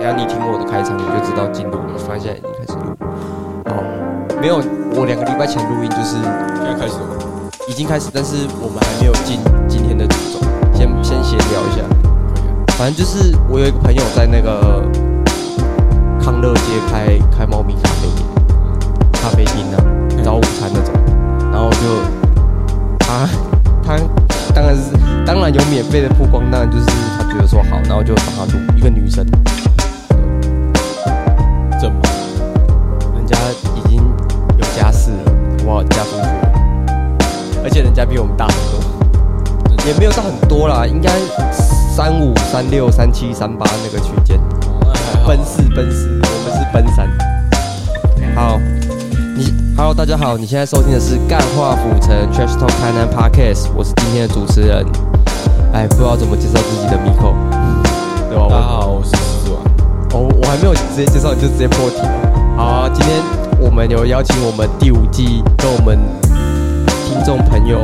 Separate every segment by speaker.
Speaker 1: 下你听我的开场，你就知道进度了。反正现在已经开始录。哦，没有，我两个礼拜前录音就是
Speaker 2: 现在开始了，
Speaker 1: 已经开始，但是我们还没有进今天的主轴，先先协调一下。反正就是我有一个朋友在那个康乐街开开猫咪咖啡店，咖啡厅啊，早午餐那种。然后我就他他当然是当然有免费的曝光，当然就是他觉得说好，然后就帮他录一个女生，
Speaker 2: 怎么？
Speaker 1: 人家已经有家室了，好不好？嫁出去了，而且人家比我们大很多，也没有到很多啦，应该三五、三六、三七、三八那个区间。
Speaker 2: 哦那还好
Speaker 1: 奔四，奔四，我们是奔三。好，你，Hello，大家好，你现在收听的是《干话府城 Trash Talk 台南 Podcast》，我是今天的主持人。哎，不知道怎么介绍自己的 Miko，对吧？
Speaker 2: 大家
Speaker 1: 我
Speaker 2: 好，我是狮子王。
Speaker 1: 哦，我还没有直接介绍，你就直接破题了。好、啊，今天我们有邀请我们第五季跟我们听众朋友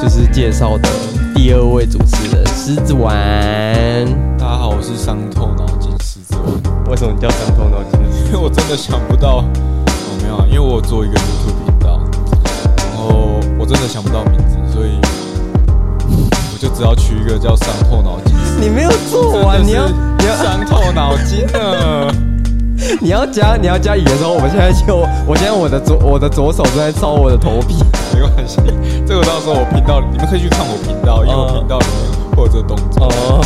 Speaker 1: 就是介绍的第二位主持人狮子丸。
Speaker 2: 大家好，我是伤透脑筋狮子王。
Speaker 1: 为什么你叫伤透脑筋？
Speaker 2: 因为我真的想不到，我没有啊，因为我有做一个 YouTube 频道，然后我真的想不到名字，所以 我就只好取一个叫伤透脑筋。
Speaker 1: 你没有做完，你要 你要
Speaker 2: 伤透脑筋呢？
Speaker 1: 你要加你要加语言说，我们现在就我现在我的左我的左手正在搔我的头皮，
Speaker 2: 没关系，这个到时候我频道你们可以去看我频道，因为我频道里面会有这个动作。
Speaker 1: 哦，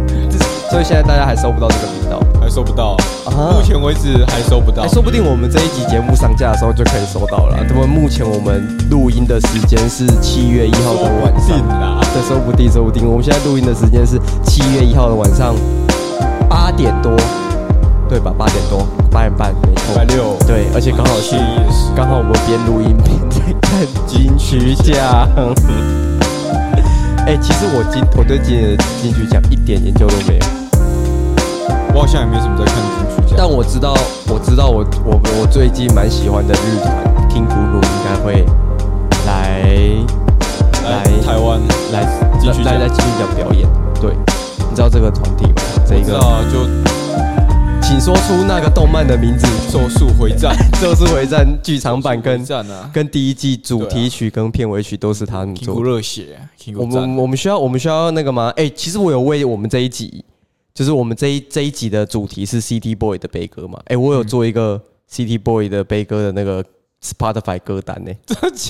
Speaker 1: 所以现在大家还收不到这个频道，
Speaker 2: 还收不到，
Speaker 1: 啊
Speaker 2: 目前为止还收不到
Speaker 1: 哎，。说不定我们这一集节目上架的时候就可以收到了啦。那么目前我们录音的时间是七月一号的晚
Speaker 2: 说不
Speaker 1: 上
Speaker 2: 定，啦，
Speaker 1: 对，说不定说不定，我们现在录音的时间是七月一号的晚上八点多，对吧？八点多，八点半，没
Speaker 2: 礼
Speaker 1: 错
Speaker 2: 拜。六，
Speaker 1: 对，而且刚好
Speaker 2: 去
Speaker 1: 是
Speaker 2: 夜市。
Speaker 1: 刚好我们边录音边在看金曲 奖。哎、其实我今我对今年的金曲奖一点研究都没有，
Speaker 2: 我好像也没什么在看金曲奖，
Speaker 1: 但我知道，我知道我我我最近蛮喜欢的日团 King Gnu 应该会来来
Speaker 2: 来台湾
Speaker 1: 来
Speaker 2: 金曲
Speaker 1: 来
Speaker 2: 奖
Speaker 1: 来金曲奖表演。对，你知道这个团体吗？这一
Speaker 2: 知
Speaker 1: 个
Speaker 2: 道，啊就
Speaker 1: 请说出那个动漫的 名字，《
Speaker 2: 咒术回战，
Speaker 1: 就是回战》剧场版跟
Speaker 2: 回战啊，
Speaker 1: 跟第一季主题曲跟片尾曲都是他们
Speaker 2: 苹
Speaker 1: 做
Speaker 2: 果
Speaker 1: 的。
Speaker 2: 热血，苹
Speaker 1: 我
Speaker 2: 果战
Speaker 1: 们我们需要我们需要那个吗？哎、其实我有为我们这一集，就是我们这一这一集的主题是 City Boy 的悲歌嘛？哎、我有做一个 City Boy 的悲歌的那个 Spotify 歌单呢、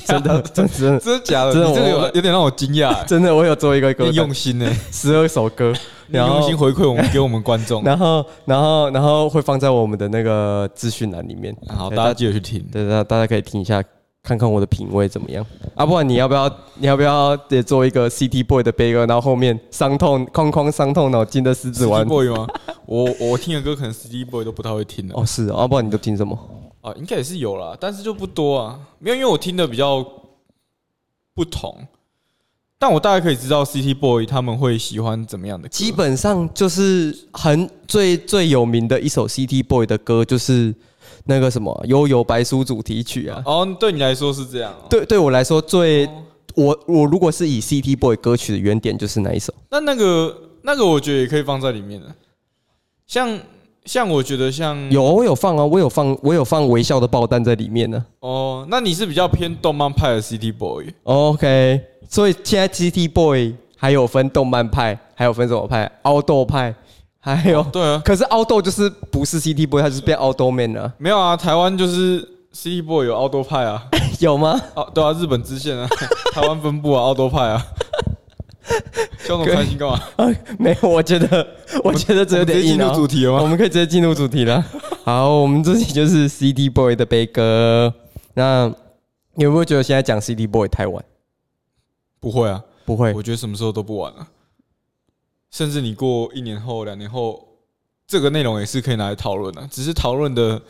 Speaker 1: 真的 真的真的
Speaker 2: 真的假的？
Speaker 1: 真的
Speaker 2: 你这个有
Speaker 1: 我
Speaker 2: 有点让我惊讶，
Speaker 1: 真的，我有做一个歌
Speaker 2: 你
Speaker 1: 单
Speaker 2: 用，心呢，
Speaker 1: 十二首歌，
Speaker 2: 你
Speaker 1: 然
Speaker 2: 用心
Speaker 1: 后
Speaker 2: 回馈我们给我们观 众，
Speaker 1: 然后然后然后会放在我们的那个资讯栏里面。
Speaker 2: 好，
Speaker 1: 对
Speaker 2: 大家记得去听。
Speaker 1: 对，大大家可以听一下，看看我的品味怎么样。啊，不然你要不要，你要不要也做一个 City Boy 的悲歌，然后后面伤痛哐哐伤痛脑筋的狮子
Speaker 2: City
Speaker 1: 丸？
Speaker 2: Boy 吗？我我听的歌可能 City Boy 都不太会听了
Speaker 1: 哦，是哦，啊，不然你都听什么？
Speaker 2: 啊，应该也是有啦，但是就不多啊，没有，因为我听的比较不同，但我大概可以知道 City Boy 他们会喜欢怎么样的歌。
Speaker 1: 基本上就是很最最有名的一首 City Boy 的歌，就是那个什么《悠游白书》主题曲啊。
Speaker 2: 哦，对你来说是这样、哦。
Speaker 1: 对，对我来说最我我如果是以 City Boy 歌曲的原点，就是那一首。
Speaker 2: 那那个那个，我觉得也可以放在里面的。像像我觉得像
Speaker 1: 有啊我有放啊，我有放我有放微笑的爆弹在里面呢、啊
Speaker 2: 哦，那你是比较偏动漫派的 City Boy，
Speaker 1: OK，所以现在 GT Boy 还有分动漫派，还有分什么派？凹豆派，还有、
Speaker 2: 对啊，
Speaker 1: 可是凹豆就是不是 CT Boy，他就是变凹豆 man 了，
Speaker 2: 没有啊，台湾就是 City Boy 有奥多派啊，
Speaker 1: 有吗？
Speaker 2: 哦对啊，日本支线啊， 台湾分部啊，奥多派 啊。 肖总开心干嘛？
Speaker 1: 啊， 没有，我觉得我觉得这有
Speaker 2: 我们直
Speaker 1: 点
Speaker 2: 接
Speaker 1: 硬
Speaker 2: 进入
Speaker 1: 啊
Speaker 2: 主题了吗
Speaker 1: 我们可以直接进入主题 了。好，我们这集就是 CT Boy 的悲歌。那你有没有觉得现在讲 CT Boy 太晚？
Speaker 2: 不会啊，
Speaker 1: 不会
Speaker 2: 我觉得什么时候都不晚啊，甚至你过一年后、两年后，这个内容也是可以拿来讨论的，啊只是讨论的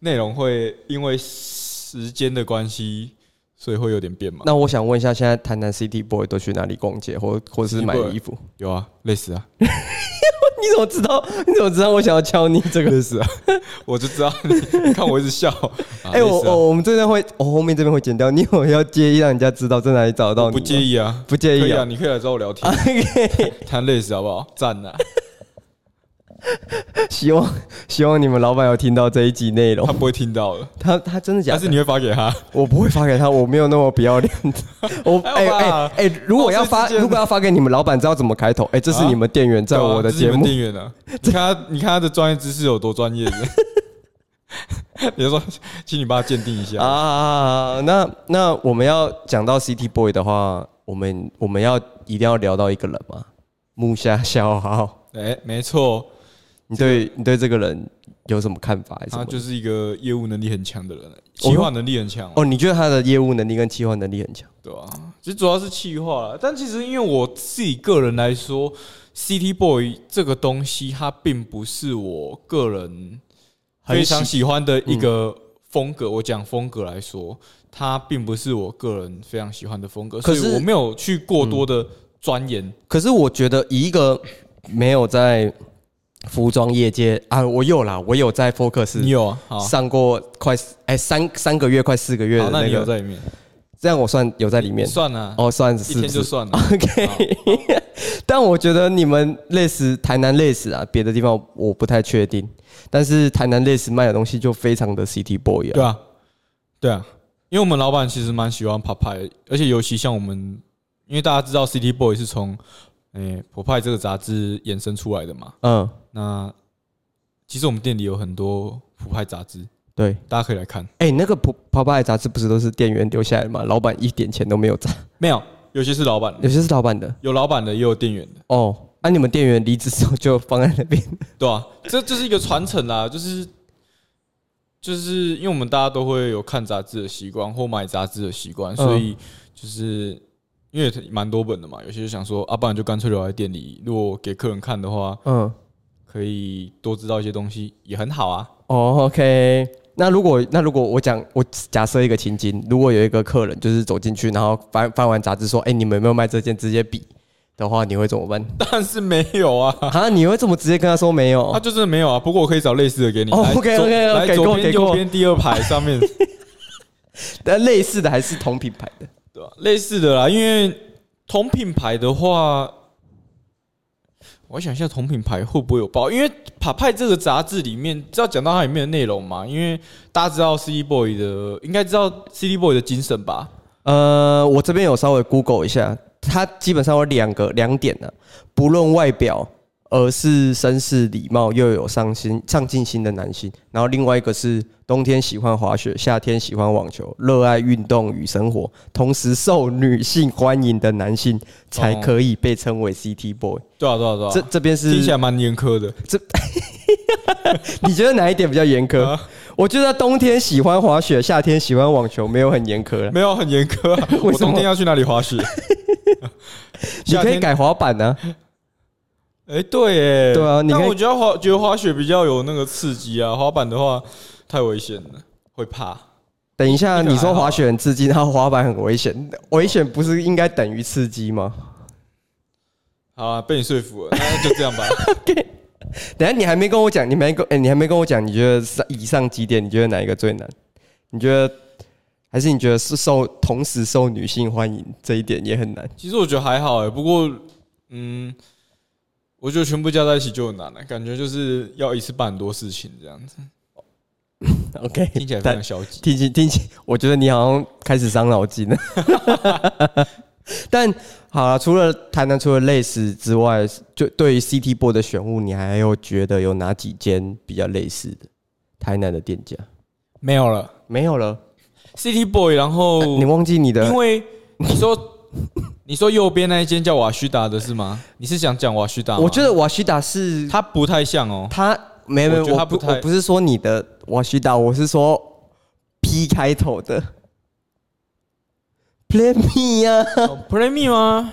Speaker 2: 内容会因为时间的关系，所以会有点变嘛。
Speaker 1: 那我想问一下，现在台南 CT Boy 都去哪里逛街，或或是
Speaker 2: CT
Speaker 1: 买
Speaker 2: Boy
Speaker 1: 衣服？
Speaker 2: 有啊，类似啊，
Speaker 1: 你怎么知道？你怎么知道我想要敲你这个？
Speaker 2: 类似啊，我就知道 你你看我一直笑。哎、
Speaker 1: 哎、我我我们这边会，我、后面这边会剪掉。你有要介意让人家知道在哪里找到
Speaker 2: 我
Speaker 1: 你？
Speaker 2: 不介，意啊，
Speaker 1: 不介
Speaker 2: 可
Speaker 1: 意
Speaker 2: 以 啊，
Speaker 1: 啊。
Speaker 2: 你可以来找我聊天，谈类似好不好？赞啊！
Speaker 1: 希望希望你们老板有听到这一集内容
Speaker 2: 他。不会 听到的，
Speaker 1: 他他真的假
Speaker 2: 但
Speaker 1: 的？
Speaker 2: 是你会发给他。
Speaker 1: 我不会发给他，我没有那么不要脸的。我
Speaker 2: 还
Speaker 1: 哎
Speaker 2: 有吧
Speaker 1: 哎哎，如果要
Speaker 2: 哦
Speaker 1: 发，
Speaker 2: 所以之前
Speaker 1: 如果要发给你们老板，知道怎么开头？哎，这是你们店员在我的节目
Speaker 2: 订阅呢。啊你看 他，你看他的专业知识有多专业的。你就说，请你帮他鉴定一下。
Speaker 1: 啊。那那我们要讲到 City Boy 的话，我们我们要一定要聊到一个人嘛，木下孝浩。
Speaker 2: 哎，没错，
Speaker 1: 你对你对这个人有什么看法？还是什么？
Speaker 2: 他就是一个业务能力很强的人，企划能力很强啊，
Speaker 1: 哦，你觉得他的业务能力跟企划能力很强？
Speaker 2: 对吧、其实主要是企划啦，但其实因为我自己个人来说，City Boy 这个东西，它并不是我个人
Speaker 1: 很
Speaker 2: 非
Speaker 1: 喜
Speaker 2: 常喜欢的一个风格。我讲风格来说，它并不是我个人非常喜欢的风格，
Speaker 1: 可
Speaker 2: 所
Speaker 1: 是嗯
Speaker 2: 以我没有去过多的钻研。
Speaker 1: 可是我觉得以一个没有在服装业界啊，我有啦，我有在 Focus，
Speaker 2: 你有啊？好，好
Speaker 1: 上过快四哎、三三个月快四个月的
Speaker 2: 那
Speaker 1: 那
Speaker 2: 你有
Speaker 1: 个，
Speaker 2: 在里面？
Speaker 1: 这样我算有在里面
Speaker 2: 算了，
Speaker 1: 哦，算
Speaker 2: 一
Speaker 1: 是
Speaker 2: 天
Speaker 1: 不
Speaker 2: 就是算了。
Speaker 1: OK。但我觉得你们类似台南类似啊，别的地方我不太确定，但是台南类似卖的东西就非常的 City Boy 啊。
Speaker 2: 对啊，对啊，因为我们老板其实蛮喜欢 p o p e 而且尤其像我们，因为大家知道 City Boy 是从诶、p o p e 这个杂志衍生出来的嘛。
Speaker 1: 嗯，
Speaker 2: 那其实我们店里有很多 p o p e 杂志，
Speaker 1: 对。
Speaker 2: 大家可以来看。
Speaker 1: 哎、那个泡泡泡的杂志不是都是店员留下来的吗？老板一点钱都没有赚，
Speaker 2: 没有，有些是老板的，
Speaker 1: 有些是老板的
Speaker 2: 有老板的，也有店员的，
Speaker 1: 哦。那、你们店员离职之后就放在那边，
Speaker 2: 对啊，这就是一个传承啦，就是。就是因为我们大家都会有看杂志的习惯或买杂志的习惯，所
Speaker 1: 嗯
Speaker 2: 以就是因为蛮多本的嘛，有些就想说啊，不然就干脆留在店里，如果给客人看的话，
Speaker 1: 嗯，
Speaker 2: 可以多知道一些东西，也很好啊。
Speaker 1: 哦，OK。那如果那如果我讲我假设一个情景，如果有一个客人就是走进去，然后翻翻完杂志说：“哎、你们有没有卖这件？”直接比的话，你会怎么办？
Speaker 2: 但是没有啊，
Speaker 1: 啊，你会这么直接跟他说没有？
Speaker 2: 他就是没有啊。不过我可以找类似的给你。
Speaker 1: 哦
Speaker 2: 来
Speaker 1: OK，OK，
Speaker 2: 左来
Speaker 1: 给过
Speaker 2: 左边
Speaker 1: 给过
Speaker 2: 右边第二排上面，
Speaker 1: 但类似的还是同品牌的
Speaker 2: 对吧？类似的啦，因为同品牌的话，我想一下同品牌会不会有报？因为《帕派》这个杂志里面，要讲到它里面的内容嘛，因为大家知道 City Boy 的，应该知道 City Boy 的精神吧？
Speaker 1: 呃，我这边有稍微 Google 一下，它基本上有两个两点呢、不论外表，而是绅士礼貌又有上心上进心的男性。然后另外一个是冬天喜欢滑雪，夏天喜欢网球，热爱运动与生活，同时受女性欢迎的男性才可以被称为 CT boy。
Speaker 2: 对啊，对啊，对啊。
Speaker 1: 这这边
Speaker 2: 听起来
Speaker 1: 是
Speaker 2: 蛮严苛的，
Speaker 1: 你觉得哪一点比较严苛？
Speaker 2: 啊
Speaker 1: 我觉得冬天喜欢滑雪，夏天喜欢网球，没有很严苛了。
Speaker 2: 没有很严苛、啊。
Speaker 1: 为
Speaker 2: 我
Speaker 1: 什么
Speaker 2: 冬天要去哪 里滑雪？
Speaker 1: 你
Speaker 2: 夏
Speaker 1: 可以
Speaker 2: 天
Speaker 1: 改滑板啊呢、
Speaker 2: 哎、对耶，
Speaker 1: 对啊你可
Speaker 2: 但
Speaker 1: 以
Speaker 2: 我觉得滑觉得滑雪比较有那个刺激啊，滑板的话太危险了，会怕。
Speaker 1: 等一下，
Speaker 2: 那个
Speaker 1: 你说
Speaker 2: 还好
Speaker 1: 滑雪很刺激，然后滑板很危险，危险不是应该等于刺激吗？
Speaker 2: 好啊，被你说服了，那就这样吧。
Speaker 1: 等一下你还没跟我讲，你没跟，哎、你还没跟我讲，你觉得上以上几点，你觉得哪一个最难？你觉得还是你觉得是受同时受女性欢迎这一点也很难？
Speaker 2: 其实我觉得还好哎、不过嗯，我觉得全部加在一起就很难了，感觉就是要一次办很多事情 这样子，
Speaker 1: OK，
Speaker 2: 听起来非
Speaker 1: 但
Speaker 2: 常消极。
Speaker 1: 听起听起， 我觉得你好像开始伤脑筋了。 但好了，除了台南除了类似之外，就对于 CT Board 的选物，你还有觉得有哪几间比较类似的台南的店家？
Speaker 2: 没有了
Speaker 1: 没有了，
Speaker 2: ，City Boy，然后
Speaker 1: 哎你忘记你
Speaker 2: 因
Speaker 1: 的
Speaker 2: 为你说。你说右边那一间叫瓦须达的是吗？你是想讲瓦须达吗？
Speaker 1: 我觉得瓦西达是
Speaker 2: 它不太像哦。
Speaker 1: 啊 他没没
Speaker 2: 我觉得
Speaker 1: 我
Speaker 2: 他
Speaker 1: 不
Speaker 2: 不太
Speaker 1: 我不是说你的瓦西达，我是说 P 开头的 Play Me 呀、
Speaker 2: Play Me 哦吗？
Speaker 1: 啊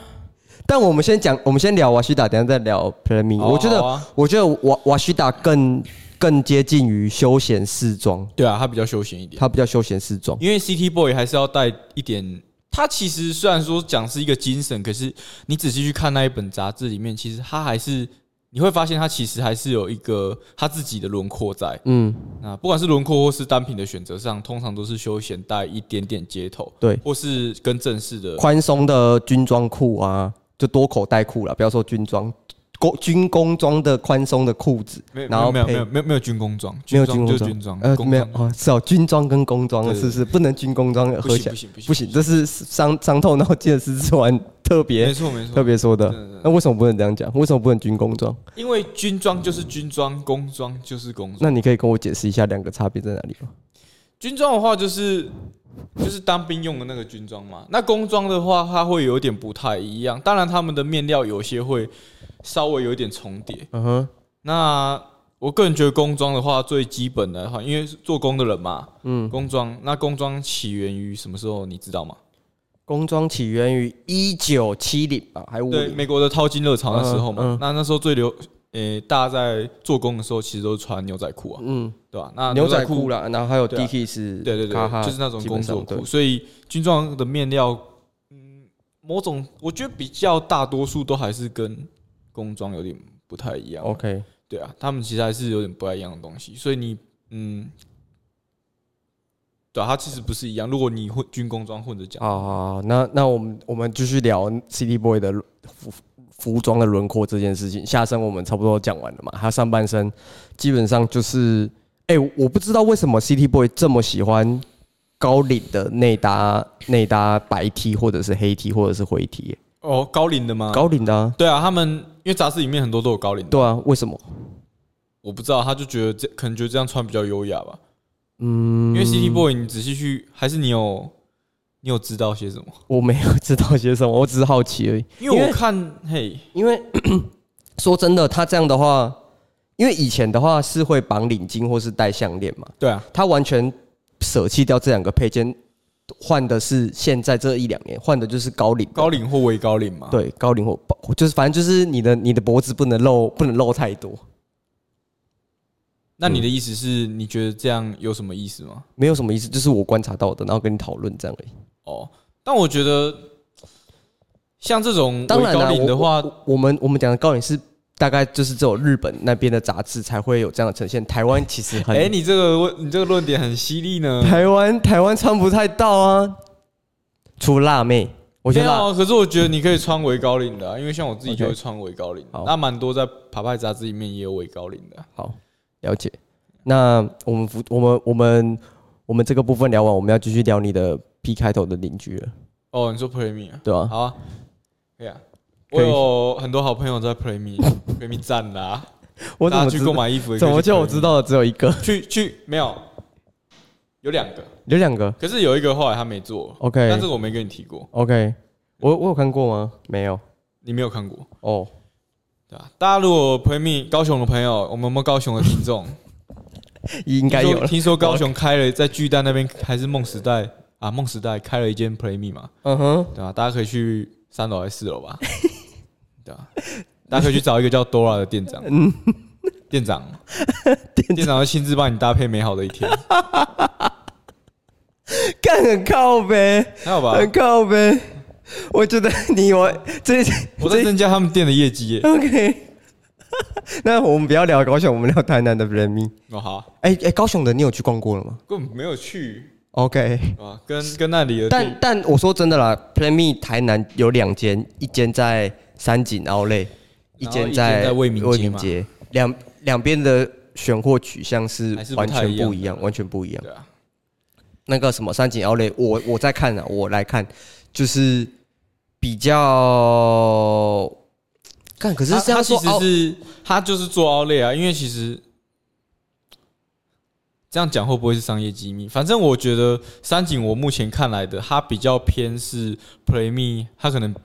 Speaker 1: 但我们先讲，我们先聊瓦西达，等一下再聊 Play Me。
Speaker 2: 好啊
Speaker 1: 我觉得
Speaker 2: 好啊
Speaker 1: 我觉得瓦瓦西达更更接近于休闲试装，
Speaker 2: 对啊，他比较休闲一点，
Speaker 1: 它比较休闲试装。
Speaker 2: 因为 City Boy 还是要带一点。他其实虽然说讲是一个精神，可是你仔细去看那一本杂志里面，其实他还是你会发现，他其实还是有一个他自己的轮廓在。
Speaker 1: 嗯，
Speaker 2: 那不管是轮廓或是单品的选择上，通常都是休闲带一点点街头，
Speaker 1: 对，
Speaker 2: 或是跟正式的
Speaker 1: 宽松的军装裤啊，就多口袋裤啦，不要说军装，工军工装的宽松的裤子，
Speaker 2: 没有
Speaker 1: 然后
Speaker 2: 没有没
Speaker 1: 配
Speaker 2: 有没有没有军工装，
Speaker 1: 没有
Speaker 2: 军
Speaker 1: 工
Speaker 2: 就是
Speaker 1: 装，
Speaker 2: 军装，
Speaker 1: 呃，
Speaker 2: 工
Speaker 1: 没有
Speaker 2: 装
Speaker 1: 哦，是哦，军装跟工装
Speaker 2: 对对
Speaker 1: 是不是不能军工装
Speaker 2: 不
Speaker 1: 合起来
Speaker 2: 行不？行不行
Speaker 1: 不行，这是伤伤透脑筋的狮子丸特
Speaker 2: 没
Speaker 1: 别
Speaker 2: 错没错
Speaker 1: 特，别说的
Speaker 2: 真的。
Speaker 1: 那为什么不能这样讲？为什么不能军工装？
Speaker 2: 因为军装就是军装，工装就是工装。
Speaker 1: 那你可以跟我解释一下两个差别在哪里吗？
Speaker 2: 军装的话就是就是当兵用的那个军装嘛。那工装的话，它会有点不太一样。当然，他们的面料有些会稍微有点重叠。
Speaker 1: 嗯哼，
Speaker 2: 那我个人觉得工装的话，最基本的话，因为是做工的人嘛，
Speaker 1: 嗯，
Speaker 2: 工装。那工装起源于什么时候？你知道吗？
Speaker 1: 工装起源于一九七零吧，还五
Speaker 2: 对，
Speaker 1: 零？
Speaker 2: 美国的淘金热潮那时候嘛。
Speaker 1: 嗯嗯嗯
Speaker 2: 那那时候最流，诶、大家在做工的时候，其实都是穿牛仔裤啊，
Speaker 1: 嗯，
Speaker 2: 对吧、那
Speaker 1: 牛仔
Speaker 2: 裤
Speaker 1: 裤啦，然后还有
Speaker 2: 对啊
Speaker 1: DK 是
Speaker 2: 对对
Speaker 1: 卡哈
Speaker 2: 对，就是那种
Speaker 1: 基
Speaker 2: 工
Speaker 1: 本上
Speaker 2: 作
Speaker 1: 对
Speaker 2: 裤，所以军装的面料，嗯，某种我觉得比较大多数都还是跟工装有点不太一样。
Speaker 1: OK，
Speaker 2: 对啊，他们其实还是有点不太一样的东西，所以你嗯，对、啊，它其实不是一样。如果你混军工装混着讲，
Speaker 1: 好好好，那那我们我们继续聊 City Boy 的服服装的轮廓这件事情。下身我们差不多讲完了嘛，他上半身基本上就是，哎、我不知道为什么 City Boy 这么喜欢高领的内搭内搭白 T 或者是黑 T 或者是灰 T，、
Speaker 2: 哦，高领的吗？
Speaker 1: 高领的、啊，
Speaker 2: 对啊，他们因为杂志里面很多都有高领的，
Speaker 1: 对啊，为什么？
Speaker 2: 我不知道，他就觉得这可能觉得这样穿比较优雅吧。
Speaker 1: 嗯，
Speaker 2: 因为 City Boy，你仔细去，还是你有你有知道些什么？
Speaker 1: 我没有知道些什么，我只是好奇而已。
Speaker 2: 因为我看，嘿，
Speaker 1: 因为 说真的，他这样的话，因为以前的话是会绑领巾或是戴项链嘛。
Speaker 2: 对啊，
Speaker 1: 他完全舍弃掉这两个配件，换的是现在这一两年换的就是高领的，
Speaker 2: 高领或微高领嘛。，
Speaker 1: 对高领或就是反正就是你的你的脖子不能露不能露太多，
Speaker 2: 那你的意思是你觉得这样有什么意思吗？
Speaker 1: 没有什么意思，就是我观察到的，然后跟你讨论这样而已。
Speaker 2: 哦，但我觉得像这种
Speaker 1: 当然
Speaker 2: 微
Speaker 1: 啦
Speaker 2: 高领的话，
Speaker 1: 我我们我们讲的高领是大概就是只有日本那边的杂志才会有这样的呈现，台湾其 实很。
Speaker 2: 哎，你这个问你这个论点很犀利呢。
Speaker 1: 台湾台湾穿不太到啊，除辣妹， 我觉
Speaker 2: 没
Speaker 1: 得
Speaker 2: 有
Speaker 1: 辣
Speaker 2: 啊，可是我觉得你可以穿微高领的啊，因为像我自己
Speaker 1: OK
Speaker 2: 就会穿微高领
Speaker 1: 好，
Speaker 2: 那蛮多在爬派杂志里面也有微高领的啊。
Speaker 1: 好，了解。那我们服我们我们我们这个部分聊完，我们要继续聊你的 P 开头的邻居了，
Speaker 2: 哦，你说 Play Me 啊？
Speaker 1: 对吧、
Speaker 2: 好啊，可以啊。
Speaker 1: 可
Speaker 2: 我
Speaker 1: 以
Speaker 2: 有很多好朋友在 Play Me，Play Me 赞啦、啊，
Speaker 1: 我怎
Speaker 2: 大
Speaker 1: 么
Speaker 2: 家去
Speaker 1: 知
Speaker 2: 购买衣服也可
Speaker 1: 怎
Speaker 2: 以
Speaker 1: 么
Speaker 2: 去
Speaker 1: 就
Speaker 2: Play
Speaker 1: 我
Speaker 2: Me
Speaker 1: 知道的只有一个，
Speaker 2: 去去没有，有两个，
Speaker 1: 有两个
Speaker 2: 可是有一个后来他没做但这
Speaker 1: ？OK
Speaker 2: 个我没跟你提过，
Speaker 1: OK，我我有看过吗？没有
Speaker 2: 你没有看过，
Speaker 1: 哦，
Speaker 2: 对吧、大家如果朋友高雄的朋友，我们有没有高雄的听众？
Speaker 1: 应该有
Speaker 2: 听说
Speaker 1: 了。
Speaker 2: 听说高雄开了在巨蛋那边还是梦时代啊，梦时代开了一间 Play Me 嘛，
Speaker 1: 嗯哼，
Speaker 2: 对吧、大家可以去三楼还是四楼吧，对吧、大家可以去找一个叫 Dora 的店长，
Speaker 1: 嗯
Speaker 2: 店长，店长会亲自帮你搭配美好的一天，
Speaker 1: 干很靠呗，
Speaker 2: 还好吧？
Speaker 1: 很靠呗。我觉得你我这
Speaker 2: 我在增加他们店的业绩耶。
Speaker 1: OK，那我们不要聊高雄，我们聊台南的人民。
Speaker 2: 哦，好啊，
Speaker 1: 哎、哎、高雄的你有去逛过了吗
Speaker 2: 根本没有去。
Speaker 1: ？OK，
Speaker 2: 啊，跟跟那里的
Speaker 1: 但但我说真的啦，Plan Me 台南有两间，一间在三井奥莱，一间
Speaker 2: 一间在
Speaker 1: 卫
Speaker 2: 卫
Speaker 1: 民
Speaker 2: 民
Speaker 1: 街，
Speaker 2: 街
Speaker 1: 两两边的选货取向是
Speaker 2: 还是不
Speaker 1: 完
Speaker 2: 太
Speaker 1: 全
Speaker 2: 一样
Speaker 1: 不一样，完全不一样。
Speaker 2: 对啊，
Speaker 1: 那个什么三井奥莱，我我在看啊，我来看，就是比较。看，可
Speaker 2: 可
Speaker 1: 是他
Speaker 2: 他
Speaker 1: 说
Speaker 2: 其实
Speaker 1: 奥
Speaker 2: 是他就是做奥类啊，因为其实这样讲会不会是商业机密？反正我觉得三井，我目前看来的，它比较偏是 Play Me，它可能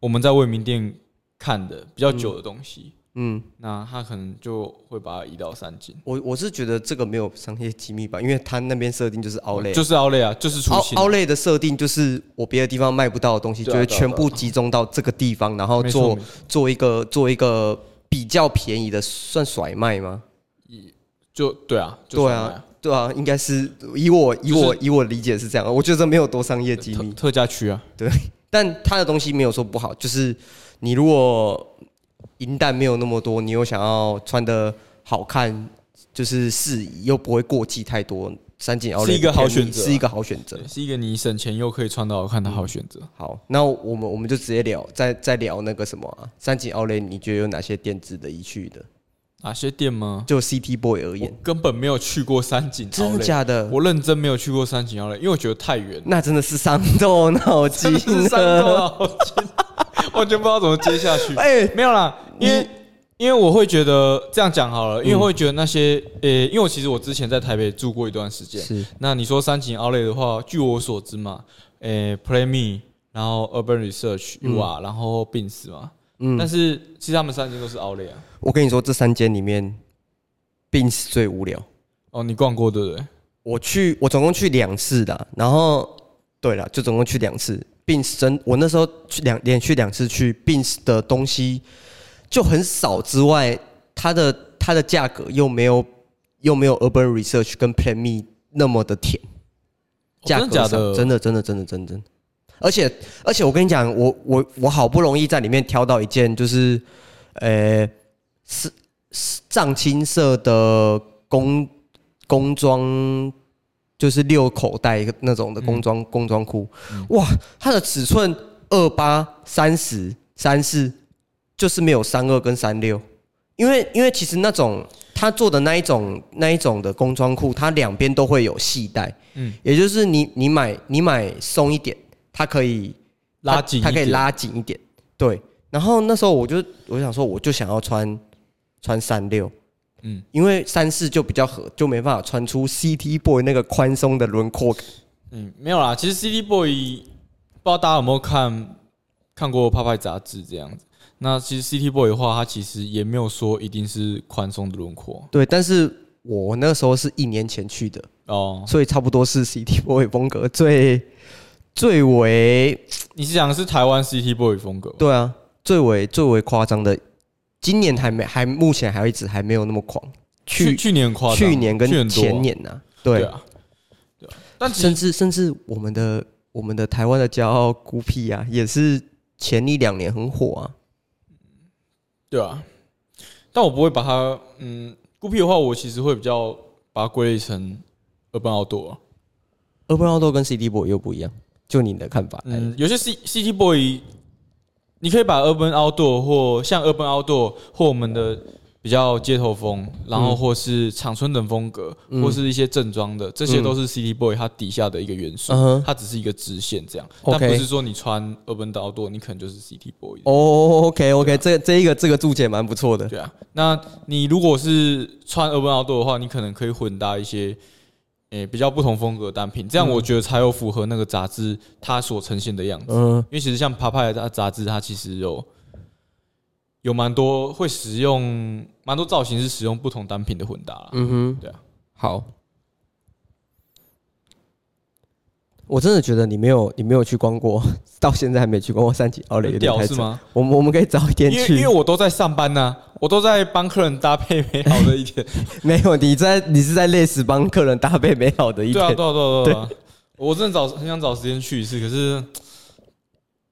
Speaker 2: 我们在卫民店看的比较久的东西，
Speaker 1: 嗯，
Speaker 2: 那他可能就会把它移到三井。
Speaker 1: 我我是觉得这个没有商业机密吧，因为他那边设定就是奥莱啊，
Speaker 2: 就是奥类啊，就是出
Speaker 1: 奥
Speaker 2: 清
Speaker 1: 奥类的设定就是我别的地方卖不到的东西，就
Speaker 2: 对啊
Speaker 1: 会
Speaker 2: 对啊
Speaker 1: 全部集中到这个地方，然后
Speaker 2: 没错
Speaker 1: 做做一个做一个比较便宜的，算甩卖吗？
Speaker 2: 就对啊，就
Speaker 1: 对
Speaker 2: 算了
Speaker 1: 啊，对啊，应该是以我以我以我理解是这样，我觉得这没有多商业机
Speaker 2: 特
Speaker 1: 密，
Speaker 2: 特价区啊，
Speaker 1: 但他的东西没有说不好，就是你如果银弹没有那么多，你又想要穿的好看，就是适宜又不会过季太多，三井奥
Speaker 2: 是
Speaker 1: 利
Speaker 2: 一个好选择啊
Speaker 1: 是一个好选择。
Speaker 2: 是一个你省钱又可以穿到好看
Speaker 1: 嗯
Speaker 2: 的好选择。
Speaker 1: 好，那我们我们就直接聊，再再聊那个什么啊，三井奥莱，你觉得有哪些店值得一去的？
Speaker 2: 哪些店吗？
Speaker 1: 就 CT Boy 而
Speaker 2: 我
Speaker 1: 言，
Speaker 2: 根本没有去过三井，
Speaker 1: 真的？假的？
Speaker 2: 我认真没有去过三井奥莱，因为我觉得 太远，
Speaker 1: 那真的是伤透脑筋
Speaker 2: 真的是伤透
Speaker 1: 了。
Speaker 2: 脑筋，完全不知道怎么接下去。
Speaker 1: 哎，
Speaker 2: 没有啦，因为因为我会觉得这样讲好了，因为
Speaker 1: 嗯
Speaker 2: 会觉得那些呃、因为我其实我之前在台北住过一段时间。
Speaker 1: 是
Speaker 2: 那你说三井奥莱的话，据我所知嘛，诶、p l a y Me，然后 Urban Research、
Speaker 1: 嗯
Speaker 2: U R，然后 Bins 嘛，
Speaker 1: 嗯
Speaker 2: 但是其实他们三间都是奥莱啊。
Speaker 1: 我跟你说，这三间里面，病是最无聊。
Speaker 2: 哦，你逛过对不对？
Speaker 1: 我去，我总共去两次的，然后对了，就总共去两次。病是真，我那时候去两连续两次去病是的东西就很少之外，它的它的价格又没有又没有 Urban Research 跟 Plan Me 那么的甜，
Speaker 2: 哦
Speaker 1: 价
Speaker 2: 真
Speaker 1: 格
Speaker 2: 的假
Speaker 1: 上
Speaker 2: 的？
Speaker 1: 真的真的真的真的真的。而且而且我跟你讲，我我我好不容易在里面挑到一件，就是呃是是藏青色的工工装，就是六口袋那种的
Speaker 2: 嗯
Speaker 1: 工装、工装裤，哇，它的尺寸二八三十三四，就是没有三二跟三六，因为因为其实那种。他做的那一种那一种的工装裤，它两边都会有系带，
Speaker 2: 嗯
Speaker 1: 也就是你你买你买松一点，它可以
Speaker 2: 拉紧一
Speaker 1: 它
Speaker 2: 点
Speaker 1: 它可以拉紧一点。对，然后那时候我就我想说，我就想要穿穿三六，
Speaker 2: 嗯，
Speaker 1: 因为三四就比较合，就没办法穿出 CT boy 那个宽松的轮廓感。
Speaker 2: 嗯，没有啦。其实 CD Boy 不知道大家有没有看看过《派派》杂志这样子。那其实 CT Boy 的话，它其实也没有说一定是宽松的轮廓
Speaker 1: 对，但是我那时候是一年前去的，
Speaker 2: 哦。
Speaker 1: 所以差不多是 CT boy 风格最最为
Speaker 2: 你是讲的是台湾 CT Boy 风格吧？
Speaker 1: 对啊，最为最为夸张的。今年还没还目前还一直还没有那么狂，
Speaker 2: 去
Speaker 1: 去
Speaker 2: 去年夸张，
Speaker 1: 去年
Speaker 2: 去
Speaker 1: 跟
Speaker 2: 多啊
Speaker 1: 前年呐、
Speaker 2: 对
Speaker 1: 对，
Speaker 2: 啊，对啊。但其实
Speaker 1: 甚至甚至我们的我们的台湾的骄傲孤僻啊，也是前一两年很火啊。
Speaker 2: 对啊，但我不会把它，嗯，孤僻的话，我其实会比较把它归类成 urban outdoor 啊。
Speaker 1: Urban Outdoor 跟 CD Boy 又不一样，就你的看法来，
Speaker 2: 嗯，有些 C City Boy，你可以把 urban outdoor 或像 urban outdoor 或我们的比较街头风，然后或是长春等风格，
Speaker 1: 嗯
Speaker 2: 或是一些正装的，这些都是 City Boy 它底下的一个元素
Speaker 1: 嗯哼，
Speaker 2: 它只是一个支线这样，但
Speaker 1: OK
Speaker 2: 不是说你穿 urban outdoor 你可能就是 City Boy
Speaker 1: 哦、。o k OK，这这一个这个注解蛮不错的。
Speaker 2: 对啊，那你如果是穿 Urban Outdoor 的话，你可能可以混搭一些诶、比较不同风格的单品，
Speaker 1: 嗯
Speaker 2: 这样我觉得才有符合那个杂志它所呈现的样子。
Speaker 1: 嗯
Speaker 2: 因为其实像啪啪的杂志，它其实有有蛮多会使用蛮多造型是使用不同单品的混搭啦。
Speaker 1: 嗯哼，
Speaker 2: 对啊，
Speaker 1: 好。我真的觉得你没有你没有去逛过， 到现在还没去逛过三井奥莱，有
Speaker 2: 很
Speaker 1: 点
Speaker 2: 屌
Speaker 1: 太
Speaker 2: 是
Speaker 1: 早。
Speaker 2: 吗？
Speaker 1: 我们我们可以早一点
Speaker 2: 因为因为
Speaker 1: 去。
Speaker 2: 我都在上班呢、我都在帮客人搭配美好的一天。
Speaker 1: 没有，你在你是在累死帮客人搭配美好 的一
Speaker 2: 对啊，
Speaker 1: 天。
Speaker 2: 对啊，对啊，对啊！我真的找很想找时间去一次，可是，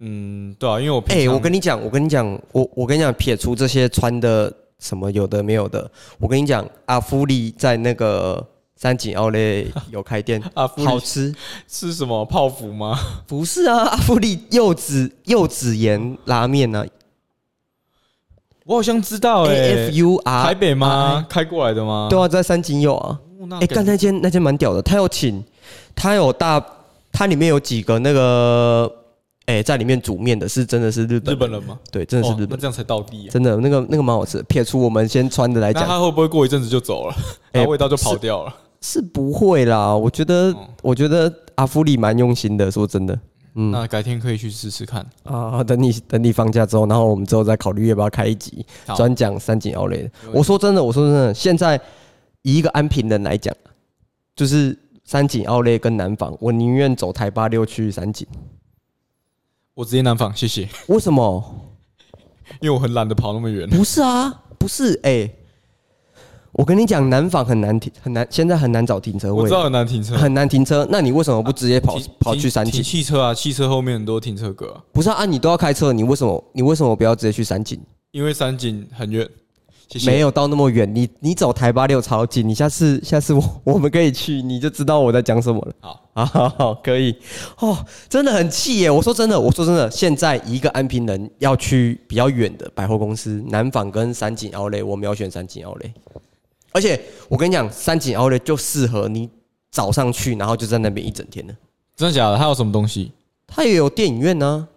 Speaker 2: 嗯，对啊，因为我平
Speaker 1: 哎、
Speaker 2: 常
Speaker 1: 我跟你讲，我跟你讲，我我跟你讲，撇除这些穿的什么有的没有的，我跟你讲，阿芙丽在那个三井奥莱有开店，
Speaker 2: 阿芙
Speaker 1: 好
Speaker 2: 丽
Speaker 1: 吃。
Speaker 2: 啊是什么泡芙吗？
Speaker 1: 不是啊，阿芙丽柚子柚子盐拉面啊
Speaker 2: 我好像知道哎、
Speaker 1: ，A F U R
Speaker 2: 台北吗？开过来的吗？
Speaker 1: 对啊，在三井有啊。
Speaker 2: 哦，那
Speaker 1: 哎、
Speaker 2: 感
Speaker 1: 干那间那间蛮屌的，他有请，他有大，它里面有几个那个，哎、在里面煮面的是真的是日本
Speaker 2: 日本人吗？
Speaker 1: 对，真的是
Speaker 2: 哦
Speaker 1: 日本
Speaker 2: 那，这样才到地、啊。
Speaker 1: 真的那个那个蛮好吃的。撇除我们先穿的来
Speaker 2: 那
Speaker 1: 讲，
Speaker 2: 他会不会过一阵子就走了？
Speaker 1: 哎
Speaker 2: 然后味道就跑掉了？
Speaker 1: 是不会啦，我觉得，
Speaker 2: 哦
Speaker 1: 我觉得阿芙里蛮用心的，说真的嗯
Speaker 2: 那改天可以去试试看。
Speaker 1: 啊。等你等你放假之后，然后我们之后再考虑要不要开一集
Speaker 2: 好
Speaker 1: 专讲三井奥莱的
Speaker 2: 没问。题
Speaker 1: 我说真的，我说真的，现在以一个安平人来讲，就是三井奥莱跟南纺，我宁愿走台八六去三井。
Speaker 2: 我直接南访，谢谢，
Speaker 1: 为什么？
Speaker 2: 因为我很懒得跑那么远。
Speaker 1: 不是啊，不是哎、我跟你讲，南纺很难停，很难，现在很难找停车
Speaker 2: 我
Speaker 1: 位
Speaker 2: 知，道很难停车，
Speaker 1: 很难停车。那你为什么不直接跑
Speaker 2: 停
Speaker 1: 跑去三
Speaker 2: 停
Speaker 1: 井
Speaker 2: 停？汽车啊，汽车后面很多停车格啊、
Speaker 1: 不是啊，啊你都要开车，你为什么你为什么不要直接去三井？
Speaker 2: 因为三井很远。谢谢。
Speaker 1: 没有到那么远，你你走台八六超近，你下次 下次我我们可以去，你就知道我在讲什么了。
Speaker 2: 好，
Speaker 1: 好好好，可以哦，真的很气耶！我说真的，我说真的，现在一个安平人要去比较远的百货公司，南纺跟三井奥莱，我们要选三井奥莱。而且我跟你讲，三井奥莱就适合你早上去，然后就在那边一整天的。
Speaker 2: 真的假的？还有什么东西？
Speaker 1: 它也有电影院啊呢、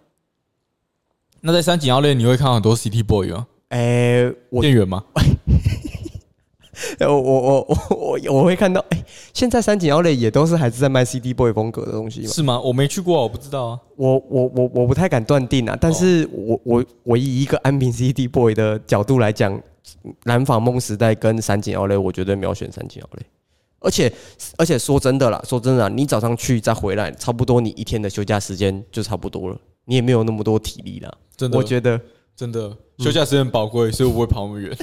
Speaker 2: 那在三井奥莱你会看到很多 City Boy 吗？
Speaker 1: 哎、我
Speaker 2: 店员吗？
Speaker 1: 呃我我我我我 会看到，哎、现在三井奥莱也都是还是在卖 CD boy 风格的东西嘛。
Speaker 2: 是吗？我没去过啊，我不知道啊。
Speaker 1: 我我我我不太敢断定啊，但是我我我以一个安平 CD boy 的角度来讲，蓝纺梦时代跟三井奥莱，我绝对秒选三井奥莱。而且而且说真的啦，说真的啊啦，你早上去再回来，差不多你一天的休假时间就差不多了，你也没有那么多体力啦。
Speaker 2: 真的，
Speaker 1: 我觉得
Speaker 2: 真的休假时间很宝贵，所以我不会跑那么远。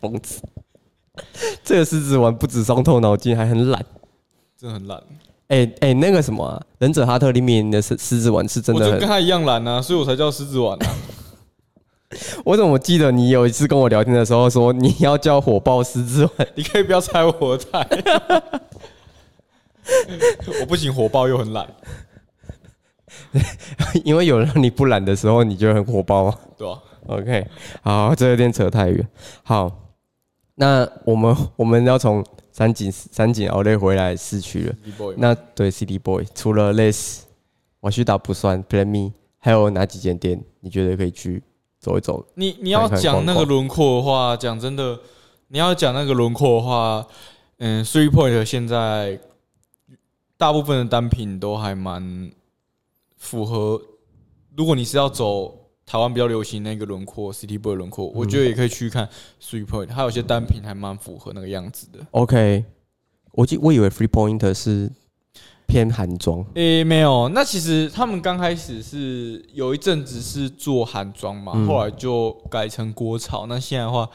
Speaker 1: 疯子，这个狮子丸不止伤透脑筋，还很懒。
Speaker 2: 真的很懒，
Speaker 1: 哎、哎、那个什么、啊，忍者哈特里面的狮狮子丸是真
Speaker 2: 我
Speaker 1: 的
Speaker 2: 就跟
Speaker 1: 很。
Speaker 2: 他一样懒啊，所以我才叫狮子丸啊。
Speaker 1: 我怎么记得你有一次跟我聊天的时候说你要叫火爆狮子丸？
Speaker 2: 你可以不要拆我的台， 我不仅火爆又很懒，
Speaker 1: 因为有让你不懒的时候，你就很火爆啊。
Speaker 2: 对吧、
Speaker 1: OK，好，这有点扯太远。好，那我们我们要从三井三井奥莱回来市区了。
Speaker 2: b o y
Speaker 1: 那对 CD Boy 除了类似我去打不算 Play Me，还有哪几间店你觉得可以去走一走？
Speaker 2: 你你要讲那个轮廓的话，讲真的，你要讲那个轮廓的话，嗯，Three Point 现在大部分的单品都还蛮符合。如果你是要走台湾比较流行那个轮廓，City Boy 轮廓，我觉得也可以去看 Three Point，它有些单品还蛮符合那个样子的。
Speaker 1: OK，我记我以为 Free Pointer 是偏韩妆，
Speaker 2: 诶、没有，那其实他们刚开始是有一阵子是做韩妆嘛，
Speaker 1: 嗯
Speaker 2: 后来就改成国潮。那现在的话，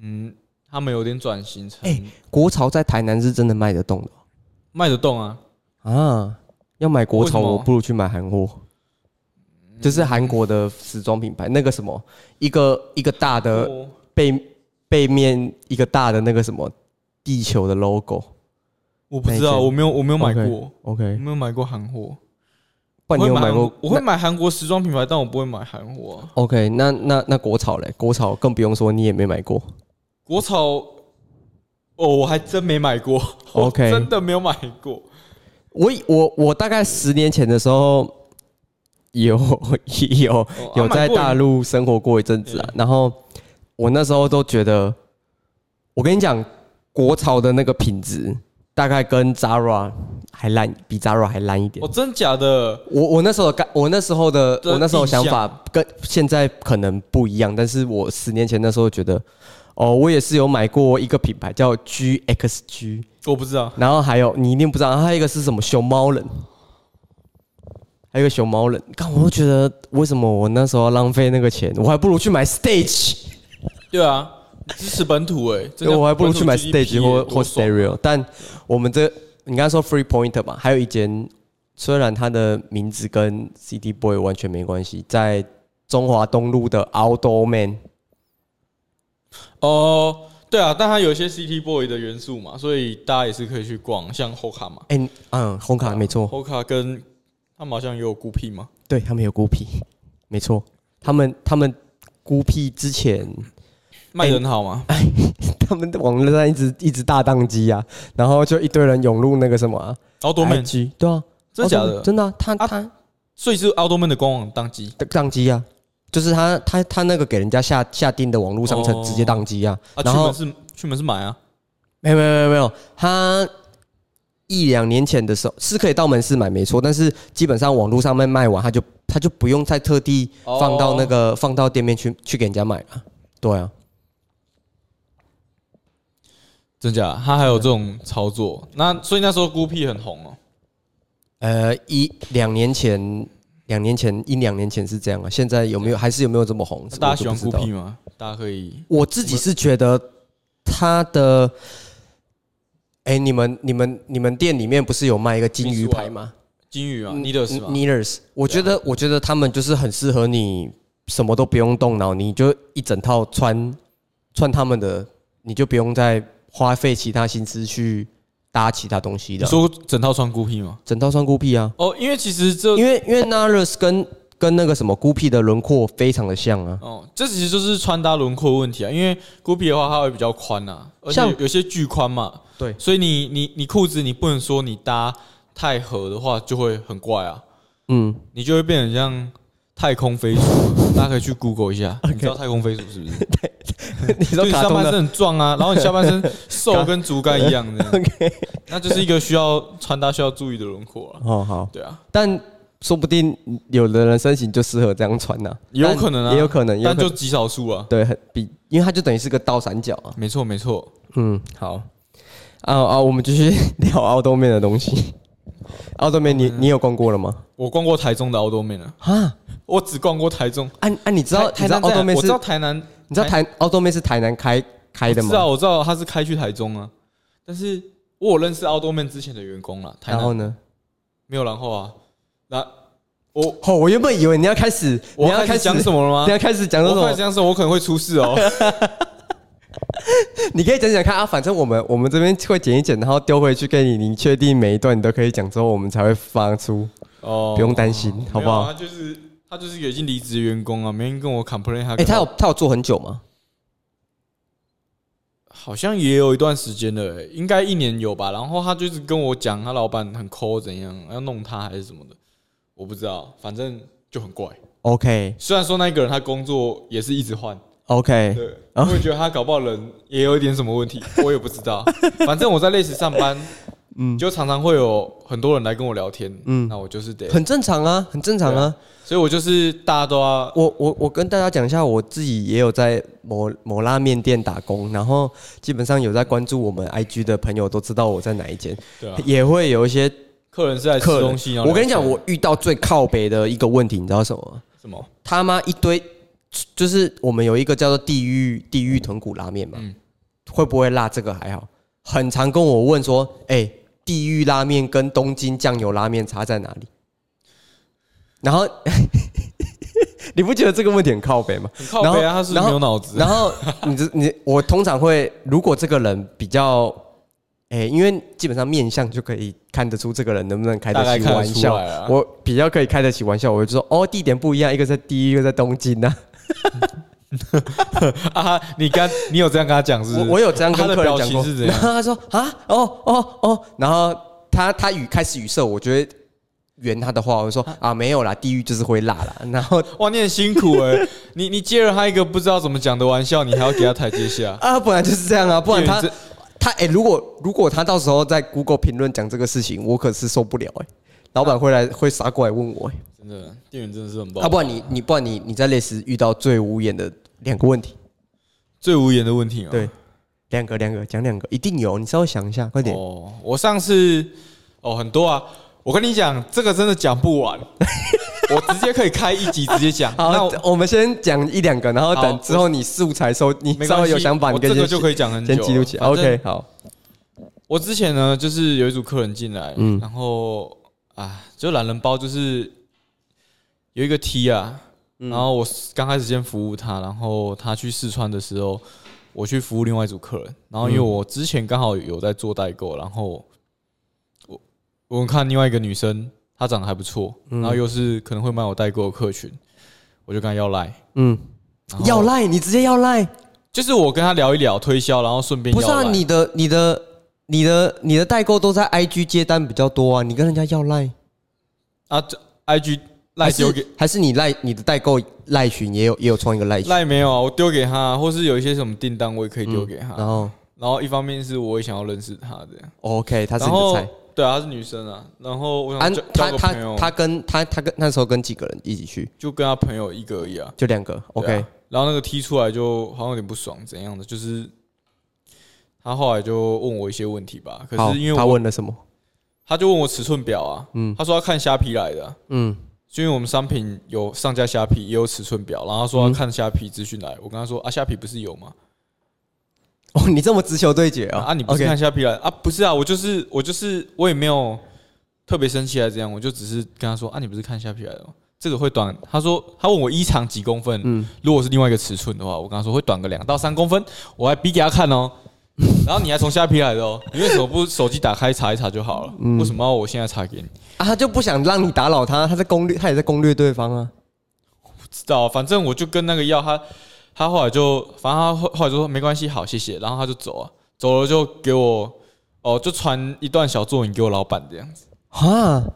Speaker 2: 嗯，他们有点转型成、
Speaker 1: 诶国潮在台南是真的卖得动的
Speaker 2: 卖得动啊。
Speaker 1: 啊！要买国潮，
Speaker 2: 为什么
Speaker 1: 我不如去买韩货，就是韩国的时装品牌，那个什么，一个一个大的
Speaker 2: 哦
Speaker 1: 背背面一个大的那个什么地球的 logo。
Speaker 2: 我不知道，
Speaker 1: 哪一件
Speaker 2: 我没有，我没有买过，我
Speaker 1: OK，
Speaker 2: 没有买过韩货。
Speaker 1: 哦不然你有买过
Speaker 2: 我会韩？我会买韩国时装品牌，但我不会买韩货、啊。
Speaker 1: OK，那那那国潮嘞，国潮更不用说，你也没买过。
Speaker 2: 国潮，哦，我还真没买过 我
Speaker 1: OK
Speaker 2: 真的没有买过。
Speaker 1: 我以我我大概十年前的时候有有
Speaker 2: 哦
Speaker 1: 有在大，
Speaker 2: 啊买过
Speaker 1: 陆生活过一阵子啊，然后我那时候都觉得，我跟你讲，国潮的那个品质大概跟 Zara 还烂，比 Zara 还烂一点
Speaker 2: 哦，。真假的？
Speaker 1: 我我那时候的感，我那时候的
Speaker 2: 这
Speaker 1: 我那时候想
Speaker 2: 印
Speaker 1: 法跟现在可能不一样，但是我十年前那时候觉得，哦，我也是有买过一个品牌叫 GXG，
Speaker 2: 我不知道。
Speaker 1: 然后还有你一定不知道，还有一个是什么熊猫人，还有一个熊猫人。看，我都觉得为什么我那时候要浪费那个钱，我还不如去买 Stage，
Speaker 2: 对啊，支持本土哎、真的
Speaker 1: 我还不如去买
Speaker 2: 本土 GDP
Speaker 1: Stage 或
Speaker 2: 多
Speaker 1: 或
Speaker 2: 爽啊
Speaker 1: Stereo。但我们这你刚才说 Free Point 嘛，还有一间，虽然它的名字跟 CD Boy 完全没关系，在中华东路的 Outdoor Man，
Speaker 2: 哦。对啊，但它有一些 City Boy 的元素嘛，所以大家也是可以去逛，像 Hoka 嘛
Speaker 1: 哎、嗯，红卡没错，
Speaker 2: ，Hoka 跟他们好像也有孤僻嘛，
Speaker 1: 对他们有孤僻，没错，他们他们孤僻之前。
Speaker 2: 卖得很好嘛。
Speaker 1: 哎 他们的网络上一直一直大宕机啊，然后就一堆人涌入那个什么、啊、
Speaker 2: 奥多曼，
Speaker 1: IG，对啊，
Speaker 2: 真的假的？
Speaker 1: 真的啊、他
Speaker 2: 啊
Speaker 1: 他
Speaker 2: 所以是奥多曼的官网宕机，
Speaker 1: 宕机啊，就是他他他那个给人家下下定的网络商城
Speaker 2: 哦
Speaker 1: 直接宕机啊，
Speaker 2: 啊，去
Speaker 1: 然后
Speaker 2: 门是去门是买啊，
Speaker 1: 没有没有没有没有，他一两年前的时候是可以到门市买没错，但是基本上网络上面卖完，他就他就不用再特地
Speaker 2: 哦
Speaker 1: 放到那个、放到店面去去给人家买了，对啊，
Speaker 2: 真假？他还有这种操作，那所以那时候孤僻很红哦。
Speaker 1: 呃，一两年前。两年前，一两年前是这样啊，现在有没有还是有没有这么红？
Speaker 2: 那大家喜欢
Speaker 1: 我就不
Speaker 2: 孤
Speaker 1: 知道
Speaker 2: 僻吗？大家可以
Speaker 1: 我自己是觉得他的，哎、你们你们你们店里面不是有卖一个金鱼牌吗
Speaker 2: 金鱼啊，Leaders 吧
Speaker 1: n e a d e r s 我觉
Speaker 2: 啊
Speaker 1: 得、我觉得他们就是很适合你，什么都不用动脑，你就一整套穿串他们的，你就不用再花费其他心思去搭其他东西
Speaker 2: 你
Speaker 1: 了。
Speaker 2: 说整套穿孤僻吗？
Speaker 1: 整套算孤僻啊，
Speaker 2: 哦，因为其实这
Speaker 1: 因为因为 Naras 跟跟那个什么孤僻的轮廓非常的像啊，
Speaker 2: 哦，这其实就是穿搭轮廓问题啊。因为孤僻的话，它会比较宽啊，而且
Speaker 1: 像
Speaker 2: 有有些巨宽嘛，
Speaker 1: 对
Speaker 2: 所以你你你裤子你不能说你搭太合的话，就会很怪啊，
Speaker 1: 嗯，
Speaker 2: 你就会变成像太空飞鼠。 大家可以去 Google 一下，你知道太空飞鼠是不 是？
Speaker 1: 你
Speaker 2: 就
Speaker 1: 说
Speaker 2: 你
Speaker 1: 卡
Speaker 2: 上
Speaker 1: 通
Speaker 2: 半身
Speaker 1: 的
Speaker 2: 很壮啊，然后你下 半身瘦跟竹竿一样的，
Speaker 1: ，OK，
Speaker 2: 那就是一个需要穿搭需要注意的轮廓啊。
Speaker 1: 哦好，
Speaker 2: 对啊，
Speaker 1: 但说不定有的人身形就适合这样穿呐、
Speaker 2: 也有可能啊
Speaker 1: 但也有可能，也有
Speaker 2: 但
Speaker 1: 可
Speaker 2: 就
Speaker 1: 能
Speaker 2: 极少数啊。
Speaker 1: 对，很比，因为它就等于是个倒三角啊。
Speaker 2: 没错，没错。
Speaker 1: 嗯，好，啊啊，我们继续 聊澳豆面的东 西。澳豆面你，你有逛过了吗？
Speaker 2: 我逛过台中的奥多面啊，
Speaker 1: 啊，
Speaker 2: 我只逛过台中。
Speaker 1: 啊啊，你知道你
Speaker 2: 台
Speaker 1: 知道
Speaker 2: 南
Speaker 1: 澳
Speaker 2: 在
Speaker 1: 豆
Speaker 2: 哪
Speaker 1: 面
Speaker 2: 我
Speaker 1: 是
Speaker 2: 知道台南，
Speaker 1: 你知道台澳豆面是台南开开的
Speaker 2: 知道
Speaker 1: 吗？
Speaker 2: 我知道他是开去台中啊，但是我有认识奥多面之前的员工了，台
Speaker 1: 然后
Speaker 2: 南
Speaker 1: 呢？
Speaker 2: 没有然后啊，那我
Speaker 1: 哦，我原本以为你要开始，你
Speaker 2: 我
Speaker 1: 要
Speaker 2: 要开
Speaker 1: 开
Speaker 2: 始
Speaker 1: 始
Speaker 2: 讲什么啊了
Speaker 1: 你
Speaker 2: 吗？
Speaker 1: 要开始讲什
Speaker 2: 我开始
Speaker 1: 么？
Speaker 2: 讲什么？我可能会出事哦。
Speaker 1: 你可以讲讲看啊，反正我们我们这边会剪一剪，然后丢回去给你，你确定每一段你都可以讲之后，我们才会发出，
Speaker 2: 哦，
Speaker 1: 不用担心，好不
Speaker 2: 没有
Speaker 1: 好？
Speaker 2: 啊他就是他就是已经离职的员工啊，没人跟我 complain 他。
Speaker 1: 哎，他有他有做很久吗？
Speaker 2: 好像也有一段时间了、欸，应该一年有吧。然后他就是跟我讲，他老板很抠，怎样要弄他还是什么的，我不知道，反正就很怪。
Speaker 1: OK
Speaker 2: 虽然说那个人他工作也是一直换，
Speaker 1: OK，
Speaker 2: 对，我也觉得他搞不好人也有一点什么 问题，我也不知道。反正我在类似上班，嗯，就常常会有很多人来跟我聊天，嗯，那我就是得，
Speaker 1: 很正常啊，很正常
Speaker 2: 对
Speaker 1: 啊
Speaker 2: 啊。所以我就是大家都要
Speaker 1: 我我我跟大家讲一下，我自己也有在某某拉面店打工，然后基本上有在关注我们 IG 的朋友都知道我在哪一间，
Speaker 2: 对啊，
Speaker 1: 也会有一些
Speaker 2: 客人是来吃
Speaker 1: 客
Speaker 2: 东
Speaker 1: 人
Speaker 2: 西。然。后
Speaker 1: 我跟你
Speaker 2: 聊
Speaker 1: 讲，
Speaker 2: 天
Speaker 1: 我遇到最靠北的一个问题，你知道什么吗？
Speaker 2: 什么？
Speaker 1: 他妈一堆，就是我们有一个叫做地狱地狱豚骨拉面嘛，
Speaker 2: 嗯
Speaker 1: 会不会辣？这个还好，很常跟我问说，哎、地狱拉面跟东京酱油拉面差在哪里？然后 你不觉得这个问题很靠北吗？
Speaker 2: 很靠
Speaker 1: 然后
Speaker 2: 北啊，他是不
Speaker 1: 然后
Speaker 2: 是没有脑 子，
Speaker 1: 然后你这你我通常会，如果这个人比较，哎、因为基本上面相就可以看得出这个人能不能开
Speaker 2: 大概
Speaker 1: 得起
Speaker 2: 看
Speaker 1: 玩
Speaker 2: 得出
Speaker 1: 笑。
Speaker 2: 来啊。
Speaker 1: 我比较可以开得起玩笑，我就说哦，地点不一样，一个在第一，一个在东京啊。
Speaker 2: 啊，你刚你有这样跟他讲是不
Speaker 1: 我
Speaker 2: 是？
Speaker 1: 我有这样跟
Speaker 2: 他的
Speaker 1: 客人
Speaker 2: 表
Speaker 1: 讲
Speaker 2: 情
Speaker 1: 过，
Speaker 2: 是怎
Speaker 1: 然
Speaker 2: 样？
Speaker 1: 后他说啊，哦哦哦，然后他他语开始语塞，我觉得圆他的话，我就说啊没有啦，地狱就是会辣啦。然后
Speaker 2: 哇，你很辛苦哎、你你接了他一个不知道怎么讲的玩笑，你还要给他台阶下，
Speaker 1: 啊，本来就是这样啊，不然他
Speaker 2: 因为
Speaker 1: 他哎、如果如果他到时候在 Google 评论讲这个事情，我可是受不了哎、老板会来会杀过来问我、欸，
Speaker 2: 真的店员真的是很
Speaker 1: 啊，
Speaker 2: 棒。
Speaker 1: 不然你你不然你你在类似遇到最无言的两个问题，
Speaker 2: 最无言的问题啊，
Speaker 1: 对，两个两个讲两个，一定有，你稍微想一下，快点。
Speaker 2: 哦，我上次哦很多啊，我跟你讲，这个真的讲不 完，我直接可以开一集直接讲。那
Speaker 1: 好
Speaker 2: 我，
Speaker 1: 我们先讲一两个，然后
Speaker 2: 好
Speaker 1: 等之后你素材收，你
Speaker 2: 没
Speaker 1: 稍
Speaker 2: 关
Speaker 1: 微
Speaker 2: 系，
Speaker 1: 有想法，
Speaker 2: 我
Speaker 1: 你可
Speaker 2: 这
Speaker 1: 以
Speaker 2: 个
Speaker 1: 先
Speaker 2: 就可以讲很久
Speaker 1: 先
Speaker 2: 了。
Speaker 1: 记录起来。
Speaker 2: 反正
Speaker 1: OK，好，
Speaker 2: 我之前呢，就是有一组客人进来，
Speaker 1: 嗯
Speaker 2: 然后啊，就懒人包就是有一个 T 啊，
Speaker 1: 嗯
Speaker 2: 然后我刚开始先服务他，然后他去试穿的时候，我去服务另外一组客人，然后因为
Speaker 1: 嗯
Speaker 2: 我之前刚好有在做代购，然后我我看另外一个女生，她长得还不错，
Speaker 1: 嗯
Speaker 2: 然后又是可能会买我代购的客群，我就跟她要赖，
Speaker 1: 嗯，
Speaker 2: 然后
Speaker 1: 要赖你直接要赖，
Speaker 2: 就是我跟她聊一聊推销，然后顺便
Speaker 1: 不是
Speaker 2: 要
Speaker 1: 啊，
Speaker 2: 赖
Speaker 1: 你的你的你的你的代购都在 IG 接单比较多啊，你跟人家要赖，
Speaker 2: 啊这，IG 赖
Speaker 1: 还
Speaker 2: 丢给
Speaker 1: 是还是你赖你的代购赖群也有也有创一个赖群，
Speaker 2: 赖没有啊，我丢给他，或是有一些什么订单我也可以丢给他。
Speaker 1: 然后哦
Speaker 2: 然后一方面是我也想要认识他这样，
Speaker 1: OK，他是
Speaker 2: 然
Speaker 1: 你的
Speaker 2: 后
Speaker 1: 菜。
Speaker 2: 对啊，她是女生啊，然后我
Speaker 1: 啊
Speaker 2: 想交，
Speaker 1: 他
Speaker 2: 交个朋
Speaker 1: 他
Speaker 2: 友，
Speaker 1: 他跟他他跟那时候跟几个人一起去，
Speaker 2: 就跟他朋友一个而已啊。
Speaker 1: 就两个
Speaker 2: 对啊
Speaker 1: OK，
Speaker 2: 然后那个踢出来就好像有点不爽怎样的，就是他后来就问我一些问题吧，啊可
Speaker 1: 好
Speaker 2: 是因为
Speaker 1: 他
Speaker 2: 我
Speaker 1: 问了什么？
Speaker 2: 他就问我尺寸表啊，他说他看虾皮来的啊、
Speaker 1: 嗯，
Speaker 2: 就因为我们商品有上架虾皮，也有尺寸表，然后他
Speaker 1: 嗯
Speaker 2: 说他看虾皮资讯来，我跟他说啊，虾皮不是有吗？
Speaker 1: 哦，你这么直球对决啊？
Speaker 2: 啊，你不是
Speaker 1: OK
Speaker 2: 看虾皮来啊？不是啊，我就是我就是我也没有特别生气还是怎样，我就只是跟他说啊，你不是看虾皮来的吗？这个会短。他说他问我衣长几公分，
Speaker 1: 嗯，
Speaker 2: 如果是另外一个尺寸的话，我跟他说会短个两到三公分，我还比给他看哦。 然后你还从下批来的哦，你为什么不手机打开查一查就好了？
Speaker 1: 嗯
Speaker 2: 为什么要我现在查给你？
Speaker 1: 啊，他就不想让你打扰他，他在攻略，他也在攻略对方啊。
Speaker 2: 不知道，啊反正我就跟那个要他，他后来就，反正他后后来就说没关系，好，谢谢。然后他就走啊，走了就给我，哦，就传一段小作文给我老板这样子。
Speaker 1: 哈，
Speaker 2: 哦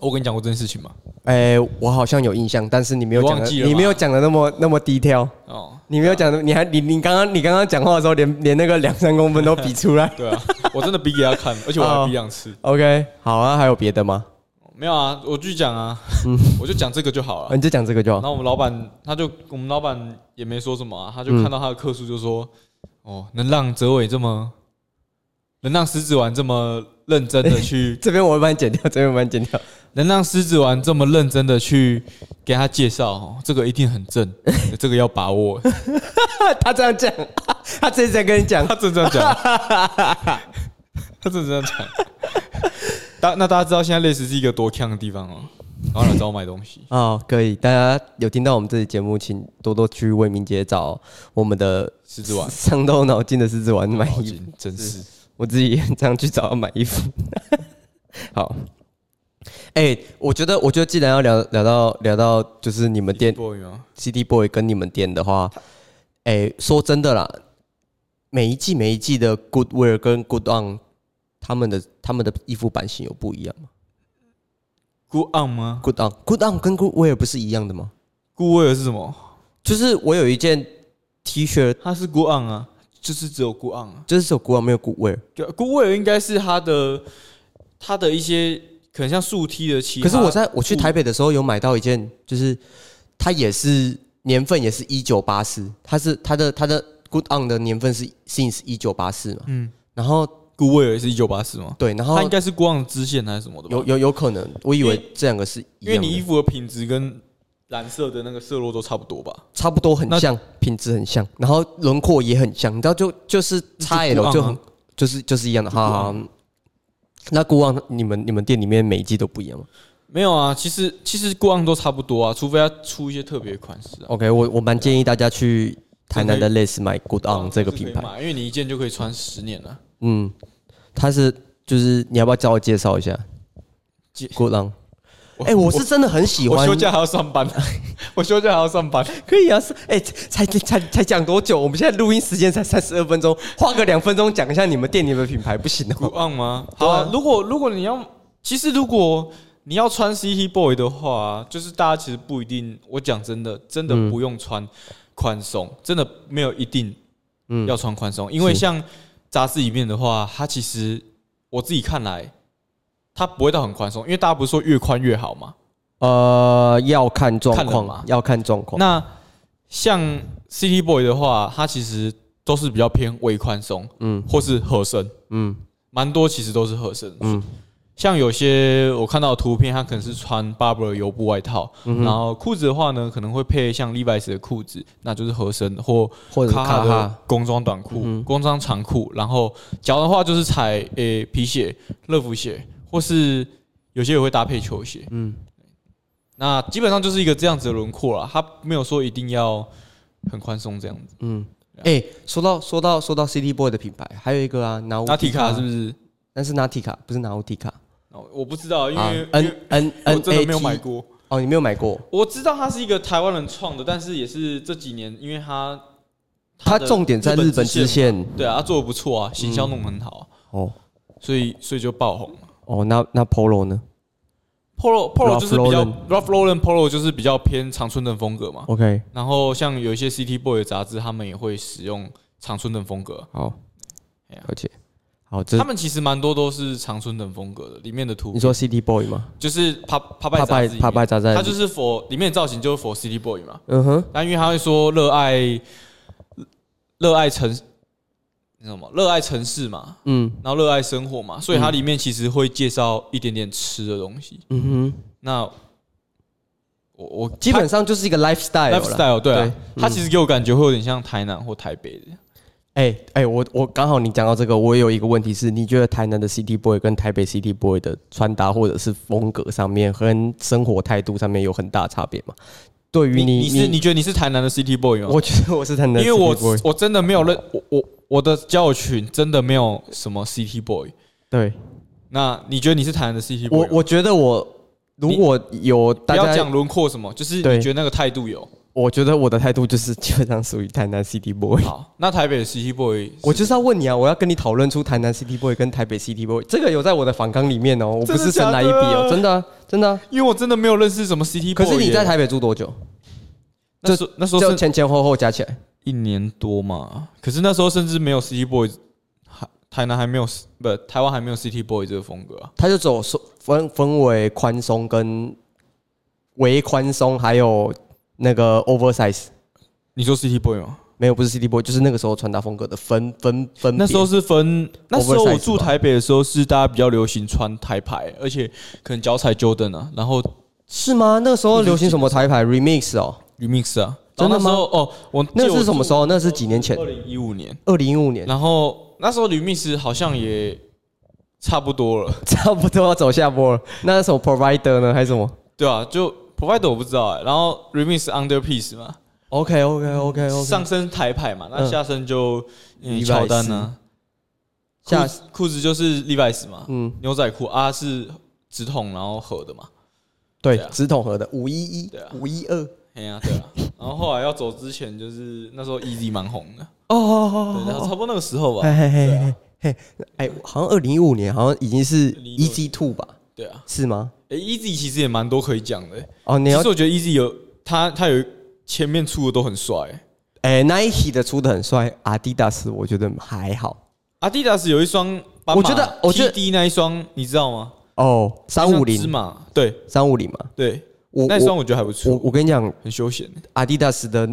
Speaker 2: 我跟你讲过这件事情吗？
Speaker 1: 哎、我好像有印象，但是你没有
Speaker 2: 你忘
Speaker 1: 讲的，
Speaker 2: 记了吗
Speaker 1: 你没有讲的那么那么低调，
Speaker 2: 哦，
Speaker 1: 你没有讲的，你还你你刚刚你刚刚讲话的时候，连连那个两三公分都比出来。
Speaker 2: 对啊，我真的比给他 看，而且我还比两次。
Speaker 1: OK，好啊，还有别的吗？
Speaker 2: 没有啊，我继续讲啊，我就讲这个就好
Speaker 1: 啊
Speaker 2: 了。
Speaker 1: 你就讲这个就
Speaker 2: 然
Speaker 1: 好。
Speaker 2: 后我们老板他就，我们老板也没说什么啊，他就看到他的客数就说，哦，能让泽伟这么，能让狮子丸这么认真的去
Speaker 1: 这边我会帮你剪掉，这边我帮你剪掉。
Speaker 2: 能让狮子丸这么认真的去给他介绍，哦这个一定很 正，这个要把握。
Speaker 1: 他这样讲， 他直接在跟你讲
Speaker 2: 他，真这样讲，他真这样讲。大那大家知道现在类似是一个多呛的地方哦，然后来找我买东西。
Speaker 1: 哦，可以，大家有听到我们这期节目，请多多去为明姐找我们的
Speaker 2: 狮子丸
Speaker 1: 伤透脑筋的狮子丸买
Speaker 2: 好
Speaker 1: 衣服。
Speaker 2: 紧， 真是
Speaker 1: 我自己也很常去找她买衣 服。好，哎、我觉得，我觉得既然要聊聊到聊到就是你们店
Speaker 2: boy 吗？
Speaker 1: CD Boy 跟你们店的话，哎、说真的啦，每一季每一季的 Good Wear 跟 Good On 他们的他们的衣服版型有不一样吗
Speaker 2: Good on 吗
Speaker 1: ？Good On Good On 跟 Good Wear 不是一样的吗？
Speaker 2: ？Good wear 是什么？
Speaker 1: 就是我有一件 T 恤，
Speaker 2: 它是 Good on 啊，就是只有 Good on 啊。
Speaker 1: 就是手古玩没有古味儿，
Speaker 2: 对，Good wear 应该是它的它的一些可能像竖梯的其他。
Speaker 1: 可是我在我去台北的时候有买到一件，就是它也是年份也是一九八四，它是它的它的 Good On 的年份是 since 一九八四嘛，
Speaker 2: 嗯
Speaker 1: 然后
Speaker 2: Good wear 是一九八四吗？
Speaker 1: 对，然
Speaker 2: 它
Speaker 1: 后
Speaker 2: 应该是 Good on 的支线还是什么的吧？
Speaker 1: 有有有可能，我以
Speaker 2: 因为
Speaker 1: 为这两个是一
Speaker 2: 因为
Speaker 1: 样
Speaker 2: 你衣
Speaker 1: 的，
Speaker 2: 服的品质跟蓝色的那个色落都差不多吧？
Speaker 1: 差不多很
Speaker 2: 那
Speaker 1: 像，品质很像，然后轮廓也很像，你知道就就是差 L 就
Speaker 2: 就 Good On
Speaker 1: 很
Speaker 2: 啊
Speaker 1: 就是就是一样的，
Speaker 2: 就 Good
Speaker 1: 好
Speaker 2: On
Speaker 1: 好。好那 Good On 你们你们店里面每一季都不一样吗
Speaker 2: 没有啊，其实其实过往都差不多啊，除非要出一些特别款式啊。
Speaker 1: ？OK，我我蛮建议大家去台南的
Speaker 2: 这
Speaker 1: Lace 买 Good On 这个品牌。
Speaker 2: 嘛，因为你一件哦就可以穿十年啊了。
Speaker 1: 嗯，他是就是你要不要教我介绍一下
Speaker 2: 介
Speaker 1: ？Good on，哎、我是真的很喜
Speaker 2: 我我
Speaker 1: 欢。
Speaker 2: 休假还要上班， 我休假还要上班。
Speaker 1: 可以啊，是哎、才才才才讲多久？我们现在录音时间才三十二分钟，花个两分钟讲一下你们店里的品牌不行哦、
Speaker 2: Good on 吗？好啊，如果如果你要，其实如果你要穿 CT boy 的话啊、就是大家其实不一定。我讲真的，真的不用穿宽松，真的没有一定
Speaker 1: 嗯
Speaker 2: 要穿宽松，因为像杂志里面的话，它其实我自己看来，它不会到很宽松，因为大家不是说越宽越好嘛。
Speaker 1: 呃，要看状
Speaker 2: 看人
Speaker 1: 况
Speaker 2: 嘛，
Speaker 1: 要看状况。
Speaker 2: 那像 City Boy 的话，它其实都是比较偏微宽松，
Speaker 1: 嗯
Speaker 2: 嗯，或是合身，
Speaker 1: 嗯
Speaker 2: 蛮多其实都是合身。
Speaker 1: 嗯
Speaker 2: 像有些我看到的图片，它可能是穿 Barber 油布外套，
Speaker 1: 嗯
Speaker 2: 然后裤子的话呢，可能会配像 Levi's 的裤子，那就是合身或
Speaker 1: 或者是
Speaker 2: 卡
Speaker 1: 卡嗯
Speaker 2: 哈
Speaker 1: 哈
Speaker 2: 的工装短裤、工装长裤，然后脚的话就是踩诶、皮鞋、乐福鞋，或是有些也会搭配球鞋。
Speaker 1: 嗯
Speaker 2: 嗯，那基本上就是一个这样子的轮廓啦，它没有说一定要很宽松这样子。
Speaker 1: 嗯。哎、说到说到说到 City Boy 的品牌，还有一个啊，拿
Speaker 2: 那提卡是
Speaker 1: 是？
Speaker 2: 不是？
Speaker 1: 但是拿 T 卡不是拿乌 T 卡
Speaker 2: 哦我不知道，因
Speaker 1: 啊
Speaker 2: 为、因
Speaker 1: ，N
Speaker 2: 为
Speaker 1: N
Speaker 2: 我
Speaker 1: N
Speaker 2: 真
Speaker 1: A
Speaker 2: 的没有买
Speaker 1: T
Speaker 2: 过。
Speaker 1: 哦，你没有买过？
Speaker 2: 我知道它是一个台湾人创的，但是也是这几年，因为它
Speaker 1: 它
Speaker 2: 的
Speaker 1: 重点在日本支
Speaker 2: 支
Speaker 1: 线
Speaker 2: 嘛对啊，它做的不错啊，行销弄得很好啊、
Speaker 1: 哦
Speaker 2: 所以所以就爆红了。
Speaker 1: 哦，那那 Polo 呢
Speaker 2: Polo Polo 就是比较
Speaker 1: Lauren
Speaker 2: Ralph Lauren Polo 就是比较偏常春藤风格嘛，
Speaker 1: ？OK，
Speaker 2: 然后像有一些 City Boy 的杂志，他们也会使用常春藤风格，
Speaker 1: 好，
Speaker 2: 哎呀
Speaker 1: 了解。好，这
Speaker 2: 他们其实蛮多都是常春藤风格的，里面的图
Speaker 1: 你说 City Boy 吗？
Speaker 2: 就是帕帕
Speaker 1: 帕
Speaker 2: 拜杂
Speaker 1: 拜
Speaker 2: 志里面，
Speaker 1: 帕拜杂
Speaker 2: 它
Speaker 1: 在，
Speaker 2: 就是 for 里面的造型就是 for City Boy 嘛，
Speaker 1: 嗯哼，
Speaker 2: 但因为他会说热爱热爱城，那什么热爱城市嘛，
Speaker 1: 嗯
Speaker 2: 然后热爱生活嘛，所以它里面其实会介绍一点点吃的东西。
Speaker 1: 嗯
Speaker 2: 那我我
Speaker 1: 哼，基本上就是一个 lifestyle 啦嗯
Speaker 2: lifestyle 对啊
Speaker 1: 对，
Speaker 2: 它其实给我感觉会有点像台南或台北的，
Speaker 1: 哎、哎、我我刚好你讲到这个，我也有一个问题是，你觉得台南的 City Boy 跟台北 City Boy 的穿搭或者是风格上面跟生活态度上面有很大差别吗？对于
Speaker 2: 你
Speaker 1: 你
Speaker 2: 你是你觉得你是台南的 City Boy 吗？
Speaker 1: 我觉得我是台南的
Speaker 2: 因
Speaker 1: City
Speaker 2: 为
Speaker 1: Boy，
Speaker 2: 我我真的没有认我我我的交友群真的没有什么 City Boy。
Speaker 1: 对
Speaker 2: 那你觉得你是台南的 City
Speaker 1: 我
Speaker 2: Boy？吗
Speaker 1: 我觉得我如果有
Speaker 2: 不
Speaker 1: 大
Speaker 2: 要
Speaker 1: 家
Speaker 2: 讲，轮廓什么，就是你
Speaker 1: 对
Speaker 2: 觉得那个态度有
Speaker 1: 我觉得我的态度就是基本上属于台南 City Boy。
Speaker 2: 好。那台北的 City Boy，
Speaker 1: 我就是要问你啊，我要跟你讨论出台南 City Boy 跟台北 City Boy，这个有在我的访纲里面哦，我不是神来一笔哦，
Speaker 2: 真
Speaker 1: 真的啊真的啊。
Speaker 2: 因为我真的没有认识什么 City Boy 耶。
Speaker 1: 可是你在台北住多久？
Speaker 2: 那时候那时候
Speaker 1: 就是前前后后加起来，
Speaker 2: 一年多嘛，可是那时候甚至没有 City Boy，还台南还没有不台湾还没有 City Boy 这个风格啊。
Speaker 1: 他就走说分分为宽松跟微宽松，还有那个 oversize。
Speaker 2: 你说 City Boy 吗？
Speaker 1: 没有，不是 City Boy，就是那个时候穿搭风格的分分分别。
Speaker 2: 那时候是分，那时候
Speaker 1: Oversize
Speaker 2: 我住台北的时候是大家比较流行穿台牌，而且可能脚踩 Jordan 啊，然后
Speaker 1: 是吗？那个时候流行什么台牌 remix 哦？
Speaker 2: remix 啊，
Speaker 1: 真的吗
Speaker 2: 然后那时候哦，我
Speaker 1: 那是什么时
Speaker 2: 候？
Speaker 1: 候？那是几年前
Speaker 2: 二，零一五年。
Speaker 1: 二零一五年，
Speaker 2: 然后那时候 remix 好像也差不多了，
Speaker 1: 差不多要走下坡了。那是什么 provider 呢？还是什么
Speaker 2: 对啊，就 provider 我不知道哎、然后 remix underpiece 嘛，
Speaker 1: ？OK OK OK 哎 OK，
Speaker 2: 上身台牌嘛，那
Speaker 1: 嗯
Speaker 2: 下身就嗯
Speaker 1: Levi's
Speaker 2: 乔丹啊，
Speaker 1: 下
Speaker 2: 裤子裤子就是 Levi's 嘛，
Speaker 1: 嗯
Speaker 2: 牛仔裤啊是直筒然后合的嘛，
Speaker 1: 对
Speaker 2: 对啊
Speaker 1: 直筒盒的五一一
Speaker 2: 对啊
Speaker 1: 五一二
Speaker 2: 哎呀、对啊，然后后来要走之前，就是那时候 Easy 蛮红的，
Speaker 1: 哦哦
Speaker 2: 对，然后
Speaker 1: 哦
Speaker 2: 差不多那个时候
Speaker 1: 哦，
Speaker 2: 吧，
Speaker 1: 嘿嘿
Speaker 2: 对
Speaker 1: 嘿
Speaker 2: 啊
Speaker 1: 嘿嘿，哎，好像二零一五年好像已经是
Speaker 2: 2015
Speaker 1: E G Two 吧？
Speaker 2: 对啊，
Speaker 1: 是吗？
Speaker 2: 哎、e a s y 其实也蛮多可以讲的、欸，
Speaker 1: 哦，你
Speaker 2: 其
Speaker 1: 要
Speaker 2: 实我觉得 Easy 有他他有前面出的都很帅、欸。
Speaker 1: 哎 Nike 的出的很帅，Adidas 我觉得还好
Speaker 2: Adidas 有一双斑马，
Speaker 1: 我觉得我觉得
Speaker 2: D 那一双你知道吗？
Speaker 1: 哦，三五
Speaker 2: 那双芝
Speaker 1: 零
Speaker 2: 麻，对
Speaker 1: 三五零嘛，
Speaker 2: 对，
Speaker 1: 我
Speaker 2: 那一
Speaker 1: 我
Speaker 2: 双我觉得还不
Speaker 1: 我
Speaker 2: 错，
Speaker 1: 我跟你讲
Speaker 2: 很休闲欸。
Speaker 1: ，Adidas 的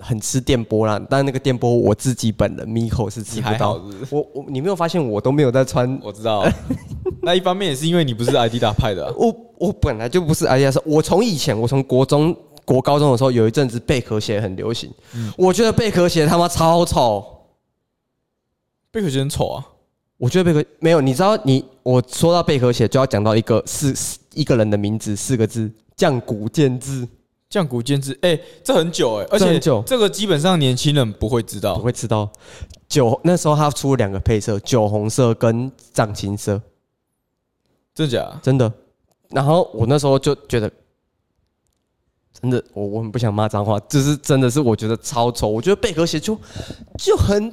Speaker 1: 很吃电波啦，但那个电波我自己本人 Miko 是吃
Speaker 2: 你
Speaker 1: 不
Speaker 2: 还好
Speaker 1: 到
Speaker 2: 是
Speaker 1: 的。
Speaker 2: 不是？
Speaker 1: 我我你没有发现我都没有在穿
Speaker 2: 我知道，啊 那一方面也是因为你不是 Adidas 派的啊、
Speaker 1: 我我本来就不是 Adidas，我从以前我从国中国高中的时候有一阵子贝壳鞋很流行，
Speaker 2: 嗯
Speaker 1: 我觉得贝壳鞋他妈超丑，
Speaker 2: 贝壳鞋很丑啊，
Speaker 1: 我觉得贝壳没有，你知道你我说到贝壳鞋就要讲到一个四四一个人的名字四个字，降谷健治，
Speaker 2: 降谷健治，哎、这很久哎、而
Speaker 1: 这
Speaker 2: 且
Speaker 1: 很久
Speaker 2: 这个基本上年轻人不会知
Speaker 1: 我
Speaker 2: 道。
Speaker 1: 会知道酒那时候他出了两个配色，酒红色跟藏青色，
Speaker 2: 真的假的？
Speaker 1: 真的。然后我那时候就觉得，真的，我我很不想骂脏话，就是真的是我觉得超丑。我觉得贝壳鞋就就很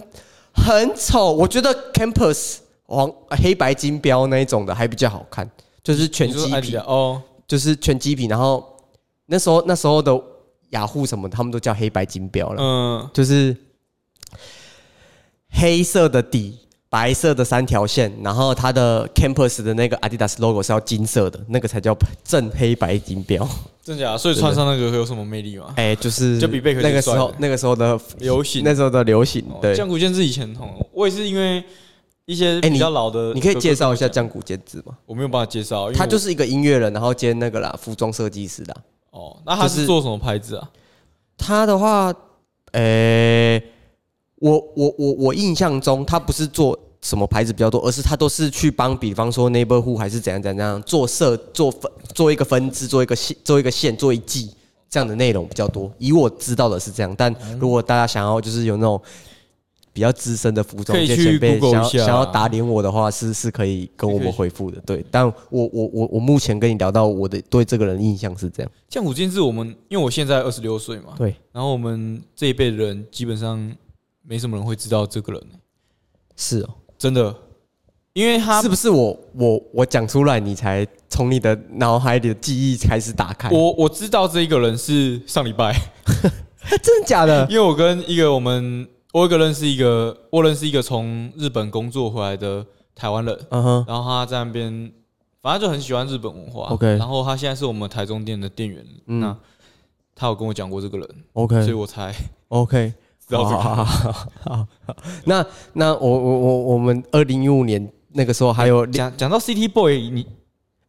Speaker 1: 很丑。我觉得 Campus 黄黑白金标那一种的还比较好看，就是全
Speaker 2: 你说
Speaker 1: 鸡
Speaker 2: 艾迪
Speaker 1: 皮
Speaker 2: 达，哦，
Speaker 1: 就是全鸡皮。然后那时候那时候的雅虎什么，他们都叫黑白金标了，
Speaker 2: 嗯，
Speaker 1: 就是黑色的底。白色的三条线，然后它的 Campus 的那个 Adidas logo 是要金色的，那个才叫正黑白金标。
Speaker 2: 真假的？所以穿上那个会有什么魅力吗？
Speaker 1: 哎、就是
Speaker 2: 就比贝壳
Speaker 1: 那个时
Speaker 2: 帅
Speaker 1: 候
Speaker 2: 了
Speaker 1: 那个时候的
Speaker 2: 流行
Speaker 1: 那时候的流行。
Speaker 2: 哦
Speaker 1: 对，
Speaker 2: 降谷健治以前很红，我也是因为一些
Speaker 1: 哎你
Speaker 2: 比较老的，
Speaker 1: 你可以介绍一下，降谷健治吗？
Speaker 2: 我没有办法介哦绍，因为
Speaker 1: 他就
Speaker 2: 我
Speaker 1: 是一个音乐人，然后兼那个啦，服装设计师啦。
Speaker 2: 哦，那他
Speaker 1: 就是是
Speaker 2: 做什么牌子啊？
Speaker 1: 他的话，呃、我我我我印象中他不是做什么牌子比较多，而是他都是去帮，比方说 neighborhood 还是怎样怎样怎样做设做分做一个分支，做一个线做一个线做一季这样的内容比较多。以我知道的是这样，但
Speaker 2: 嗯
Speaker 1: 如果大家想要就是有那种。比较资深的服装
Speaker 2: 可以
Speaker 1: 界
Speaker 2: 去
Speaker 1: 前辈想
Speaker 2: Google
Speaker 1: 要
Speaker 2: 一下啊
Speaker 1: 想要打脸我的话，是是可以跟我
Speaker 2: 可
Speaker 1: 们
Speaker 2: 以
Speaker 1: 回复的，对。但我我我我目前跟你聊到我的对这个人的印象是这样，
Speaker 2: 降谷健治，我们因为我现在二十六岁嘛，
Speaker 1: 对，
Speaker 2: 然后我们这一辈的人基本上没什么人会知道这个人、
Speaker 1: 是哦、
Speaker 2: 真的，因为他
Speaker 1: 是不是我我我讲出来，你才从你的脑海里的记忆开始打开？
Speaker 2: 我我知道这一个人是上礼拜，
Speaker 1: 真的假的？
Speaker 2: 因为我跟一个我们我有一个认识一个我认识一个从日本工作回来的台湾人，
Speaker 1: 嗯 哼，
Speaker 2: 然后他在那边反正就很喜欢日本文化
Speaker 1: OK
Speaker 2: 然后他现在是我们台中店的店员，
Speaker 1: 嗯
Speaker 2: 那他有跟我讲过这个人，所以
Speaker 1: OK
Speaker 2: 我才
Speaker 1: OK，
Speaker 2: 知道这个
Speaker 1: 好好
Speaker 2: 人。
Speaker 1: 好好那那我我我我们二零一五年那个时候还有
Speaker 2: 讲讲到 City Boy，你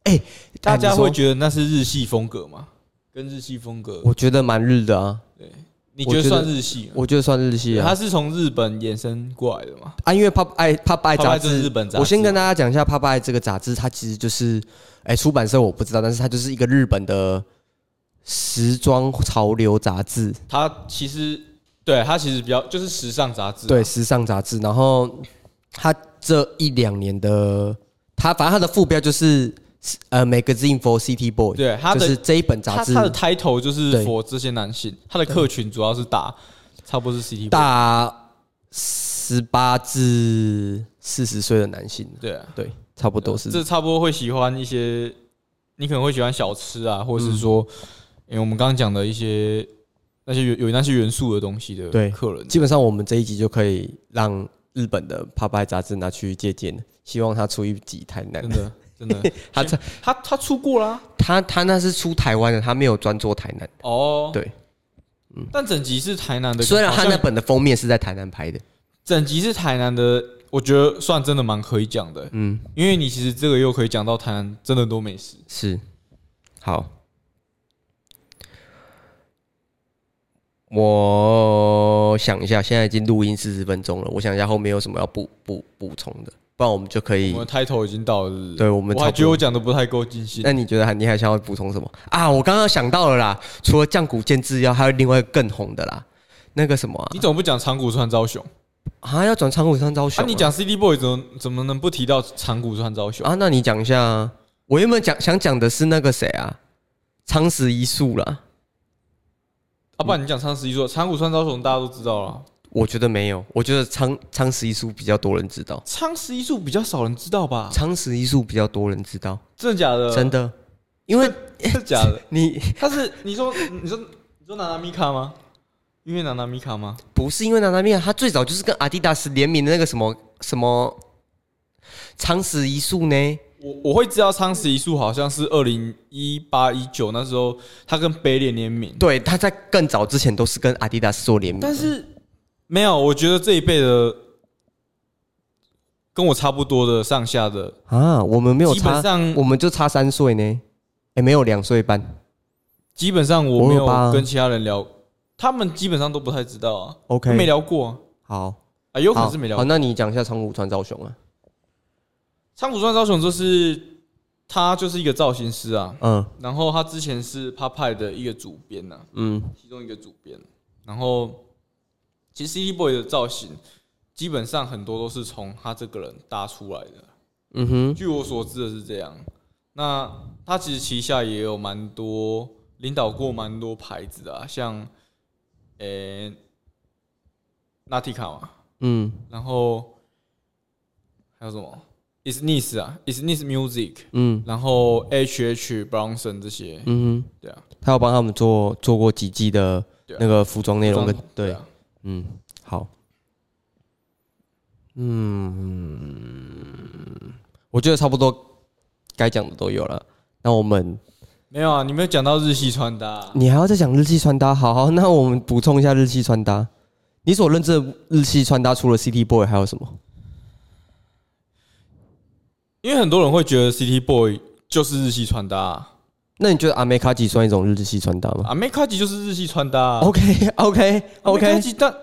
Speaker 1: 哎
Speaker 2: 大家
Speaker 1: 你说
Speaker 2: 会觉得那是日系风格吗？跟日系风格
Speaker 1: 我觉得蛮日的啊。
Speaker 2: 你
Speaker 1: 我
Speaker 2: 觉得
Speaker 1: 觉得
Speaker 2: 算日系吗？
Speaker 1: 我觉得算日系啊
Speaker 2: 它。是从日本衍生过来的嘛？
Speaker 1: 啊，因为帕爱帕爱杂
Speaker 2: Popeye 就是
Speaker 1: 志，
Speaker 2: 日本杂志
Speaker 1: 我先跟大家讲一下帕爱这个杂志，它其实就是，哎、出版社我不知道，但是它就是一个日本的时装潮流杂志，
Speaker 2: 它其实对它其实比较就是时尚杂志，啊
Speaker 1: 对，，时尚杂志。然后它这一两年的，它反正它的副标就是呃，magazine for city boy，
Speaker 2: 对它的
Speaker 1: 就是这一本杂
Speaker 2: 它
Speaker 1: 志
Speaker 2: 它的 title 就是
Speaker 1: 对
Speaker 2: for 这些男性，它的客群主要是打差不多是 CT
Speaker 1: 大十八至四十岁的男性，
Speaker 2: 对啊，
Speaker 1: 对，差不多是
Speaker 2: 这差不多会喜欢一些，你可能会喜欢小吃啊，或者是说，
Speaker 1: 嗯
Speaker 2: 因为我们刚刚讲的一些那些有有那些元素的东西的
Speaker 1: 对
Speaker 2: 客人，
Speaker 1: 基本上我们这一集就可以让日本的《啪啪》杂志拿去借鉴，希望他出一集台南
Speaker 2: 真。的真的，
Speaker 1: 他这
Speaker 2: 他他出过啦，
Speaker 1: 他他那是出台湾的，他没有专做台南。
Speaker 2: 哦，嗯
Speaker 1: 对，
Speaker 2: 但整集是台南的，
Speaker 1: 虽然
Speaker 2: 好
Speaker 1: 他
Speaker 2: 像
Speaker 1: 那本的封面是在台南拍的，
Speaker 2: 整集是台南的，我觉得算真的蛮可以讲的、
Speaker 1: 嗯，
Speaker 2: 因为你其实这个又可以讲到台南真的很多美食，
Speaker 1: 是好。我想一下，现在已经录音四十分钟了，我想一下后面有什么要补补补充的，不然我们就可以
Speaker 2: 我。们 title 已经到了是不是
Speaker 1: 对我们
Speaker 2: 我还
Speaker 1: 差不
Speaker 2: 觉
Speaker 1: 多哎
Speaker 2: 得我讲的不太够尽兴，
Speaker 1: 那你觉得还你还想要补充什么啊？我刚刚想到了啦，除了降谷健治要，还有另外一个更红的啦，那个什么啊
Speaker 2: 你怎么不讲长谷川昭雄？
Speaker 1: 啊，啊要转长谷川昭
Speaker 2: 啊
Speaker 1: 雄、，
Speaker 2: 你讲 CD Boy 怎么怎么能不提到长谷川昭雄？
Speaker 1: 啊？那你讲一下啊。我原本讲想讲的是那个谁啊，长石一树啦，
Speaker 2: 啊，不然你讲长十一说长谷川昭雄大家都知道了，
Speaker 1: 我觉得没有，我觉得长长石一树比较多人知道，
Speaker 2: 长十一树比较少人知道吧？
Speaker 1: 长石一树比较多人知道，
Speaker 2: 真的假的？
Speaker 1: 真的，因为
Speaker 2: 真的假的？
Speaker 1: 你
Speaker 2: 他是你说你说你说娜娜米卡吗？因为娜娜米卡吗？
Speaker 1: 不是因为娜娜米亚，他最早就是跟阿迪达斯联名的那个什么什么长石一树呢。
Speaker 2: 我我会知道仓石一树好像是二零一八一九那时候，他跟北脸联名，
Speaker 1: 对，他在更早之前都是跟阿迪达斯做联名，
Speaker 2: 但是没有，我觉得这一辈的跟我差不多的上下的，
Speaker 1: 啊，我们没有
Speaker 2: 基本
Speaker 1: 差，
Speaker 2: 上
Speaker 1: 我们就差三岁呢，哎，没有两岁半，
Speaker 2: 基本上我
Speaker 1: 我
Speaker 2: 没
Speaker 1: 有吧
Speaker 2: 有跟其他人聊，他们基本上都不太知道啊
Speaker 1: OK
Speaker 2: 没聊过啊
Speaker 1: 好，
Speaker 2: 啊，有可
Speaker 1: 好，
Speaker 2: 能是没聊
Speaker 1: 好，
Speaker 2: 过。
Speaker 1: 那你讲一下长谷川昭雄啊，
Speaker 2: 仓谷川昭雄就是他就是一个造型师啊，
Speaker 1: 嗯
Speaker 2: 然后他之前是 p 派的一个主编呐、
Speaker 1: 嗯，
Speaker 2: 其中一个主编。然后，其实 CD Boy 的造型基本上很多都是从他这个人搭出来的。
Speaker 1: 嗯哼，
Speaker 2: 据我所知的是这样。那他其实旗下也有蛮多领导过蛮多牌子的、啊，像诶、纳提卡嘛，
Speaker 1: 嗯
Speaker 2: 然后还有什么 Is Nice 啊，Is Nice Music，
Speaker 1: 嗯
Speaker 2: 然后 H H Bronson 这些，
Speaker 1: 嗯哼，
Speaker 2: 对啊，
Speaker 1: 他有帮他们做做过几季的
Speaker 2: 对啊
Speaker 1: 那个服装内容跟
Speaker 2: 对
Speaker 1: 对，
Speaker 2: 啊，
Speaker 1: 嗯，好，嗯，我觉得差不多该讲的都有了，那我们
Speaker 2: 没有啊，你没有讲到日系穿搭啊、
Speaker 1: 你还要再讲日系穿搭，好好，那我们补充一下日系穿搭。你所认知的日系穿搭，除了 City Boy 还有什么？
Speaker 2: 因为很多人会觉得 City Boy 就是日系穿搭啊
Speaker 1: 那你觉得阿美卡吉算一种日系穿搭吗
Speaker 2: 阿美卡吉就是日系穿搭啊。
Speaker 1: ？OK OK
Speaker 2: 阿美卡
Speaker 1: OK，
Speaker 2: 吉但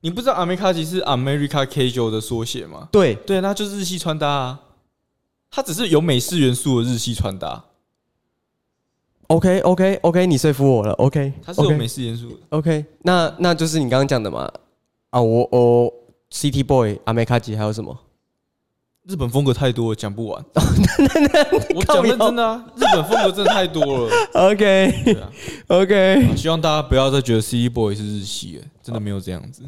Speaker 2: 你不知道阿美卡吉是 America Casual 的缩写吗？
Speaker 1: 对，
Speaker 2: 对，啊那就是日系穿搭啊。它只是有美式元素的日系穿搭，
Speaker 1: OK OK OK，你说服我了，OK，
Speaker 2: 它是有
Speaker 1: OK
Speaker 2: 美式元素的。
Speaker 1: OK，那那就是你刚刚讲的嘛？啊，我我 City Boy 阿美卡吉还有什么？
Speaker 2: 日本风格太多了，讲不 完。我讲认真的啊，日本风格真的太多了。
Speaker 1: OK
Speaker 2: 对啊，
Speaker 1: OK，
Speaker 2: 希望大家不要再觉得 C Boy 是日系了，真的没有这样子。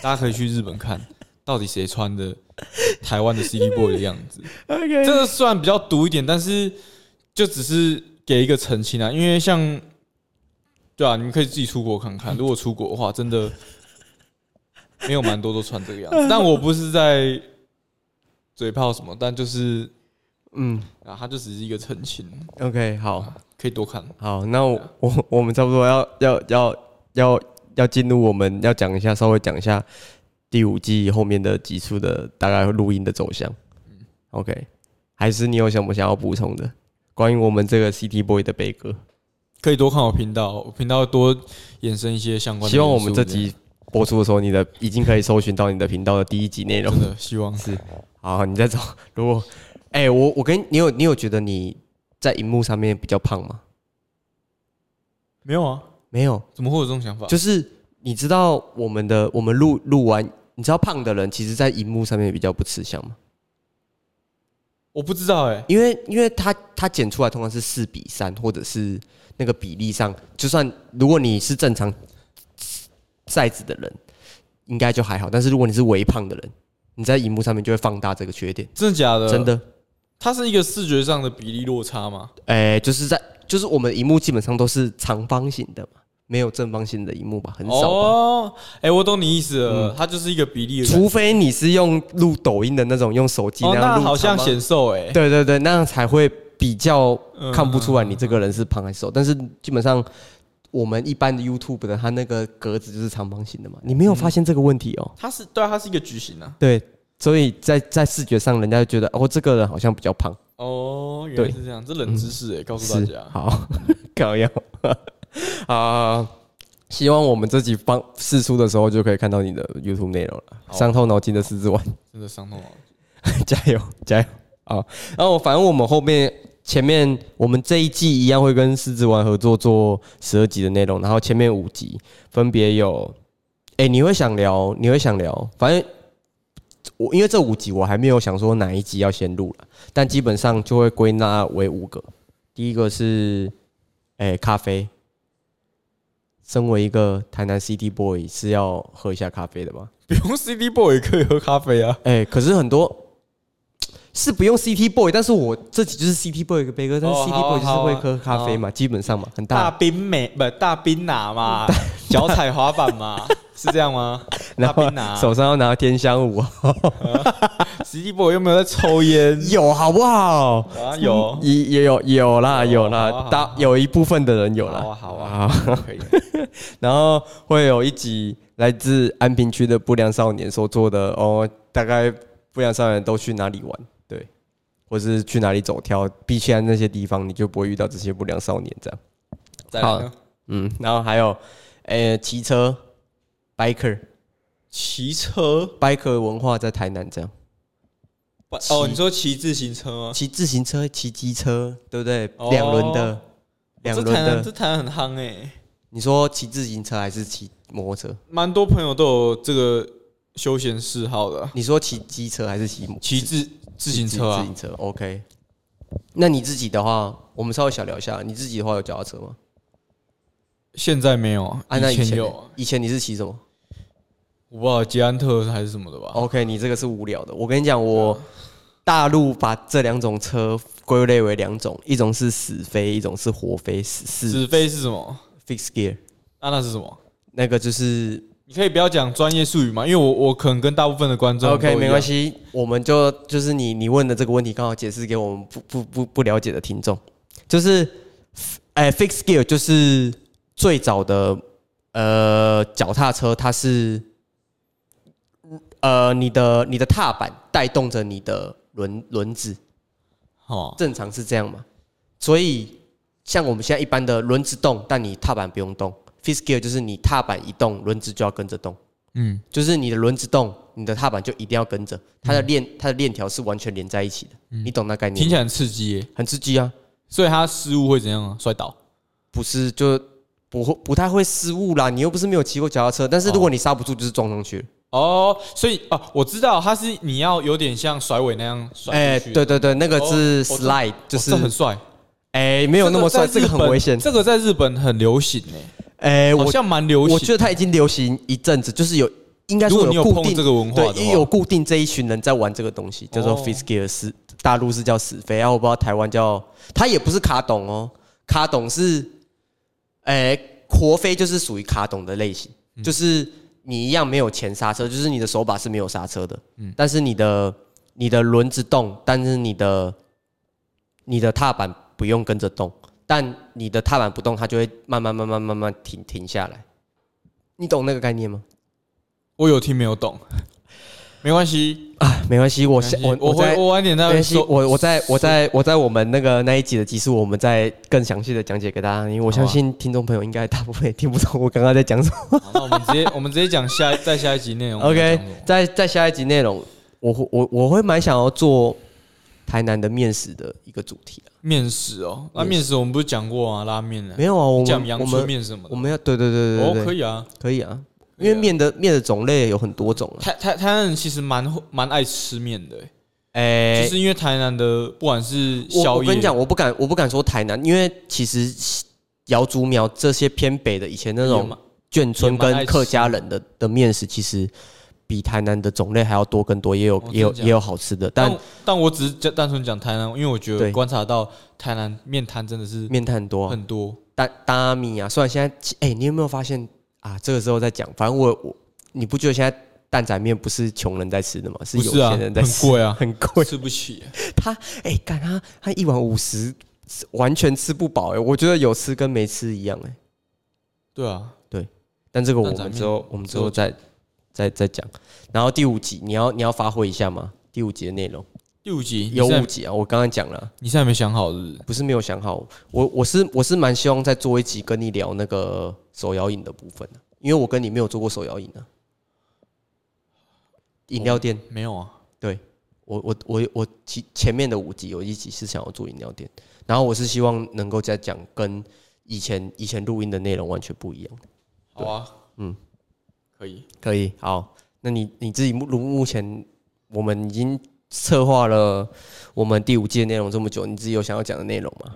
Speaker 2: 大家可以去日本看，到底谁穿的台湾的 C Boy 的样子。
Speaker 1: OK
Speaker 2: 这个虽然比较毒一点，但是就只是给一个澄清啊，因为像对啊，你们可以自己出国看看。如果出国的话，真的没有蛮多都穿这个样子。但我不是在嘴炮什么，但就是
Speaker 1: 嗯
Speaker 2: 啊，它就只是一个澄清，
Speaker 1: OK，好。
Speaker 2: 可以多看。
Speaker 1: 好，那我我我们差不多要要要要要进入我们要讲一下，稍微讲一下第五季后面的集数的大概录音的走向。OK，还是你有什么想要补充的关于我们这个 CT Boy 的悲歌？
Speaker 2: 可以多看我频道，我频道多衍生一些相关的元素。
Speaker 1: 希望我们这集播出的时候，你的已经可以搜寻到你的频道的第一集内
Speaker 2: 这
Speaker 1: 容
Speaker 2: 样。真的希望
Speaker 1: 是，好，你再找。如果，哎、我我跟你你有你有觉得你在荧幕上面比较胖吗？
Speaker 2: 没有啊？
Speaker 1: 没有，
Speaker 2: 怎么会有这种想法？
Speaker 1: 就是你知道我们的我们录录完，你知道胖的人其实在荧幕上面比较不吃香吗？
Speaker 2: 我不知道哎、
Speaker 1: 因为因为他他剪出来通常是四比三，或者是那个比例上，就算如果你是正常 size 的人，应该就还好。但是如果你是微胖的人，你在荧幕上面就会放大这个缺点，
Speaker 2: 真的假的？
Speaker 1: 真，的。
Speaker 2: 它是一个视觉上的比例落差嘛？
Speaker 1: 哎、就是在就是我们荧幕基本上都是长方形的嘛，没有正方形的荧幕吧，很少吧。
Speaker 2: 哦，哎、我懂你意思了，它就是一个比例的感觉。
Speaker 1: 除非你是用录抖音的那种，用手机
Speaker 2: 哦，
Speaker 1: 那样
Speaker 2: 那
Speaker 1: 录、
Speaker 2: 好像显瘦哎、
Speaker 1: 对对对，那样才会比较
Speaker 2: 嗯
Speaker 1: 看不出来你这个人是胖还是瘦。但是基本上我们一般的 YouTube 的，它那个格子就是长方形的嘛，你没有发现这个问题哦？
Speaker 2: 它是对啊，它是一个矩形啊。
Speaker 1: 对，所以在在视觉上，人家就觉得哦，这个人好像比较胖。
Speaker 2: 哦，原来
Speaker 1: 对
Speaker 2: 是这样，这冷知识哎、告诉大
Speaker 1: 是
Speaker 2: 家。
Speaker 1: 好，搞 要啊！希望我们这集放试出的时候，就可以看到你的 YouTube 内容了。
Speaker 2: 好
Speaker 1: 伤透脑筋的狮子丸，
Speaker 2: 真的伤痛了。
Speaker 1: 加油加油啊！然后反正我们后面前面我们这一季一样会跟狮子丸合作做十二集的内容，然后前面五集分别有，哎、你会想聊，你会想聊，反正。我因为这五集我还没有想说哪一集要先录了，但基本上就会归纳为五个。第一个是，哎、咖啡。身为一个台南 CD boy 是要喝一下咖啡的吧？
Speaker 2: 不用 CD boy 也可以喝咖啡啊。
Speaker 1: 哎、可是很多是不用 CT boy，但是我自己就是 CT boy 一个杯哥，但是
Speaker 2: 哦
Speaker 1: CT
Speaker 2: 好啊
Speaker 1: boy 就是
Speaker 2: 好啊
Speaker 1: 会喝咖啡嘛，基本上嘛，很大。
Speaker 2: 大冰美不大冰拿 嘛，脚踩滑板 嘛，是这样吗？大
Speaker 1: 然后
Speaker 2: 冰拿
Speaker 1: 手上要拿天香舞，
Speaker 2: ，CD boy 又没有在抽 烟
Speaker 1: 有好不好？
Speaker 2: 啊？有，
Speaker 1: 也也有有啦
Speaker 2: 有
Speaker 1: 有
Speaker 2: 好啊好
Speaker 1: 啦
Speaker 2: 啊，
Speaker 1: 大有一部分的人有啦。
Speaker 2: 好啊好啊
Speaker 1: 啊，
Speaker 2: 可以。
Speaker 1: 然后会有一集来自安平区的不良少年所做的哦，大概不良少年都去哪里玩，对，或是去哪里走跳，必去安那些地方，你就不会遇到这些不良少年这样。
Speaker 2: 再来呢，
Speaker 1: 嗯，然后还有，呃，骑车，biker
Speaker 2: 骑车
Speaker 1: biker 文化在台南这样，
Speaker 2: 哦，你说骑自行车吗？
Speaker 1: 骑自行车、骑机车，对不对
Speaker 2: 哦？
Speaker 1: 两轮的，两
Speaker 2: 这
Speaker 1: 轮
Speaker 2: 台南
Speaker 1: 的
Speaker 2: 这。台南很夯哎，
Speaker 1: 你说骑自行车还是骑摩托车？
Speaker 2: 蛮多朋友都有这个休闲嗜好的啊，
Speaker 1: 你说骑机车还是骑摩
Speaker 2: 骑自自行车
Speaker 1: 自
Speaker 2: 啊。
Speaker 1: 行车，OK。那你自己的话，我们稍微小聊一下，你自己的话有脚踏车吗？
Speaker 2: 现在没有啊，
Speaker 1: 啊，那以
Speaker 2: 前
Speaker 1: 前
Speaker 2: 有
Speaker 1: 呢
Speaker 2: 啊，
Speaker 1: 以前你是骑什么
Speaker 2: 我不知道捷安特还是什么的吧。
Speaker 1: ？OK，你这个是无聊的。我跟你讲，我大陆把这两种车归类为两种，一种是死飞，一种是活飞。死死
Speaker 2: 纸飞是什么？
Speaker 1: fix gear，
Speaker 2: 啊，那是什么？
Speaker 1: 那个就是
Speaker 2: 你可以不要讲专业术语嘛，因为我我可能跟大部分的观众
Speaker 1: OK，没关
Speaker 2: 系。
Speaker 1: 系，我们就就是你你问的这个问题，刚好解释给我们不不不不了解的听众，就是哎、f i x gear 就是最早的呃脚踏车，它是呃你的你的踏板带动着你的轮轮子，
Speaker 2: 哦，
Speaker 1: 正常是这样嘛？所以像我们现在一般的轮子动，但你踏板不用动 f i x gear 就是你踏板一动，轮子就要跟着动。
Speaker 2: 嗯，
Speaker 1: 就是你的轮子动，你的踏板就一定要跟着它的链，它的链条是完全连在一起的。你懂那概念
Speaker 2: 嗯听
Speaker 1: 吗？
Speaker 2: 起来很刺激耶，
Speaker 1: 很刺激啊！
Speaker 2: 所以他失误会怎样啊？摔倒？
Speaker 1: 不是就不会不太会失误啦。你又不是没有骑过脚踏车，但是如果你刹不住，就是撞上去了。
Speaker 2: 哦，所以哦，我知道他是你要有点像甩尾那样甩
Speaker 1: 哎，
Speaker 2: 哦出去，
Speaker 1: 对对对，那个是
Speaker 2: 哦我知
Speaker 1: slide，
Speaker 2: 哦，
Speaker 1: 就是
Speaker 2: 这很帅，
Speaker 1: 哎没
Speaker 2: 没
Speaker 1: 有那么帅，这个很危险。
Speaker 2: 这个在日本很流行诶，
Speaker 1: 哎，
Speaker 2: 好
Speaker 1: 我
Speaker 2: 像蛮流
Speaker 1: 我
Speaker 2: 行
Speaker 1: 觉。得它已经流行一阵子，就是有应该
Speaker 2: 如
Speaker 1: 说
Speaker 2: 果你有
Speaker 1: 固
Speaker 2: 碰
Speaker 1: 定
Speaker 2: 这个文化的
Speaker 1: 对，有
Speaker 2: 话，
Speaker 1: 固定这一群人在玩这个东西，叫做
Speaker 2: 哦
Speaker 1: f i s g e a r 是大陆是叫死飞，啊然后我不知道台湾叫，它也不是卡董哦，卡董是，诶、活飞就是属于卡董的类型，就是你一样没有前刹车，就是你的手把是没有刹车的，但是你的你的轮子动，但是你的你的踏板不用跟着动，但你的踏板不动，它就会慢慢慢慢慢慢停停下来，你懂那个概念吗？
Speaker 2: 我有听没有懂，没关系，
Speaker 1: 啊，没关系，我下
Speaker 2: 没
Speaker 1: 我
Speaker 2: 关
Speaker 1: 在
Speaker 2: 系我会我晚点再
Speaker 1: 没关系，
Speaker 2: 说。
Speaker 1: 我我在我在我在我们那个那一集的集数，我们再更详细的讲解给大家，因为我
Speaker 2: 好啊
Speaker 1: 相信听众朋友应该大部分也听不懂我刚刚在讲什么。
Speaker 2: 好那我们直接我们直接讲下再下一集内容。
Speaker 1: OK，在在下一集内容，我会我我会蛮想要做台南的面食的一个主题、啊、
Speaker 2: 面食哦，那面食我们不是讲过啊，拉面呢
Speaker 1: 没，有啊，我
Speaker 2: 讲
Speaker 1: 们
Speaker 2: 阳
Speaker 1: 我
Speaker 2: 春
Speaker 1: 们
Speaker 2: 面什么
Speaker 1: 我
Speaker 2: 的。
Speaker 1: 们要对对对对
Speaker 2: 哦，
Speaker 1: 对
Speaker 2: 可
Speaker 1: 对，
Speaker 2: 以啊。
Speaker 1: 可以啊，
Speaker 2: 可以
Speaker 1: 因为
Speaker 2: 啊
Speaker 1: 面的面的种类有很多种啊。
Speaker 2: 台台台南人其实蛮蛮爱吃面的欸，
Speaker 1: 哎、
Speaker 2: 就是因为台南的不管是
Speaker 1: 我
Speaker 2: 宵
Speaker 1: 我
Speaker 2: 夜，
Speaker 1: 跟你讲，我不敢我不敢说台南，因为其实瑶竹苗这些偏北的以前那
Speaker 2: 也
Speaker 1: 种
Speaker 2: 蛮
Speaker 1: 眷村
Speaker 2: 也蛮爱
Speaker 1: 跟
Speaker 2: 吃
Speaker 1: 客家人的的面食，其实比台南的种类还要多更多，也有、
Speaker 2: 哦
Speaker 1: 也有
Speaker 2: 真假
Speaker 1: 也有好吃的，但
Speaker 2: 但但我只是讲单纯讲台南，因为我觉
Speaker 1: 对
Speaker 2: 得观察到台南面摊真的是
Speaker 1: 面摊很多、啊，
Speaker 2: 很多，
Speaker 1: 大大米啊，虽然现在哎、你有没有发现啊？这个时候在讲，反正我我你不觉得现在蛋仔面不是穷人在吃的吗？是
Speaker 2: 不
Speaker 1: 有
Speaker 2: 是啊，
Speaker 1: 钱人在
Speaker 2: 很
Speaker 1: 吃，
Speaker 2: 贵 啊，
Speaker 1: 很贵。
Speaker 2: 吃不起。
Speaker 1: 他哎，干、他他一碗五十，完全吃不饱哎、我觉得有吃跟没吃一样哎、
Speaker 2: 对啊，
Speaker 1: 但这个我
Speaker 2: 蛋仔
Speaker 1: 们
Speaker 2: 面
Speaker 1: 之后我们之
Speaker 2: 之
Speaker 1: 后
Speaker 2: 后
Speaker 1: 再再再讲。然后第五集你要你要发挥一下吗？第五集的内容
Speaker 2: 第五集
Speaker 1: 有
Speaker 2: 你现
Speaker 1: 五
Speaker 2: 在
Speaker 1: 集啊，我刚刚讲了啊，
Speaker 2: 你现在没想好是不是？
Speaker 1: 不是没有想好，我我是我是蛮希望再做一集跟你聊那个手摇饮的部分的因为我跟你没有做过手摇饮啊。饮料店，
Speaker 2: 没有啊，
Speaker 1: 我我我我前前面的五集有一集是想要做饮料店，然后我是希望能够再讲跟以前以前录音的内容完全不一样。
Speaker 2: 好啊，
Speaker 1: 嗯，
Speaker 2: 可以。
Speaker 1: 可以，好，那你你自己目如目前我们已经策划了我们第五季的内容这么久，你自己有想要讲的内容吗？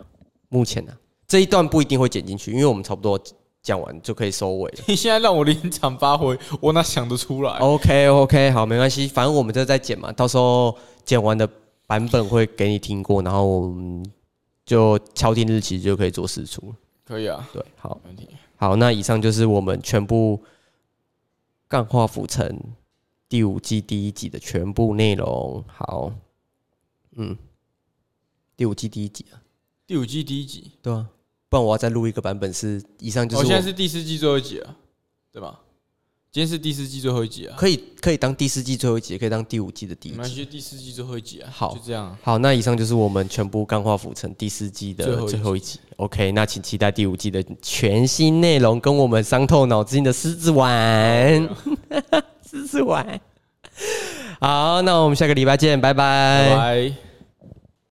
Speaker 1: 目前呢、这一段不一定会剪进去，因为我们差不多讲完就可以收尾了。
Speaker 2: 你现在让我临场发挥，我哪想得出
Speaker 1: 哦
Speaker 2: 来？
Speaker 1: OK OK，好，没关系，反正我们这再剪嘛，到时候剪完的版本会给你听过，然后我们就敲定日期就可以做试出了。
Speaker 2: 可以啊，
Speaker 1: 对，好，
Speaker 2: 没问题。
Speaker 1: 好，那以上就是我们全部《干化浮城》第五季第一集的全部内容。好，嗯，第五季第一集啊，
Speaker 2: 第五季第一集，
Speaker 1: 对啊，不然我要再录一个版本是以上就
Speaker 2: 哦，
Speaker 1: 是
Speaker 2: 现
Speaker 1: 我
Speaker 2: 在是第四季最后一集啊，对吧？今天是第四季最后一集啊，
Speaker 1: 可以可以当第四季最后一集，也可以当第五季的第
Speaker 2: 你
Speaker 1: 一
Speaker 2: 们
Speaker 1: 集。
Speaker 2: 去第四季最后一集啊，
Speaker 1: 好
Speaker 2: 就这样啊。
Speaker 1: 好，那以上就是我们全部《干化浮城》第四季
Speaker 2: 最
Speaker 1: 的
Speaker 2: 后一集
Speaker 1: 最后一集。OK，那请期待第五季的全新内容，跟我们伤透脑筋的狮子
Speaker 2: 哎
Speaker 1: 丸， 狮子丸。好，那我们下个礼拜见，拜
Speaker 2: 拜拜。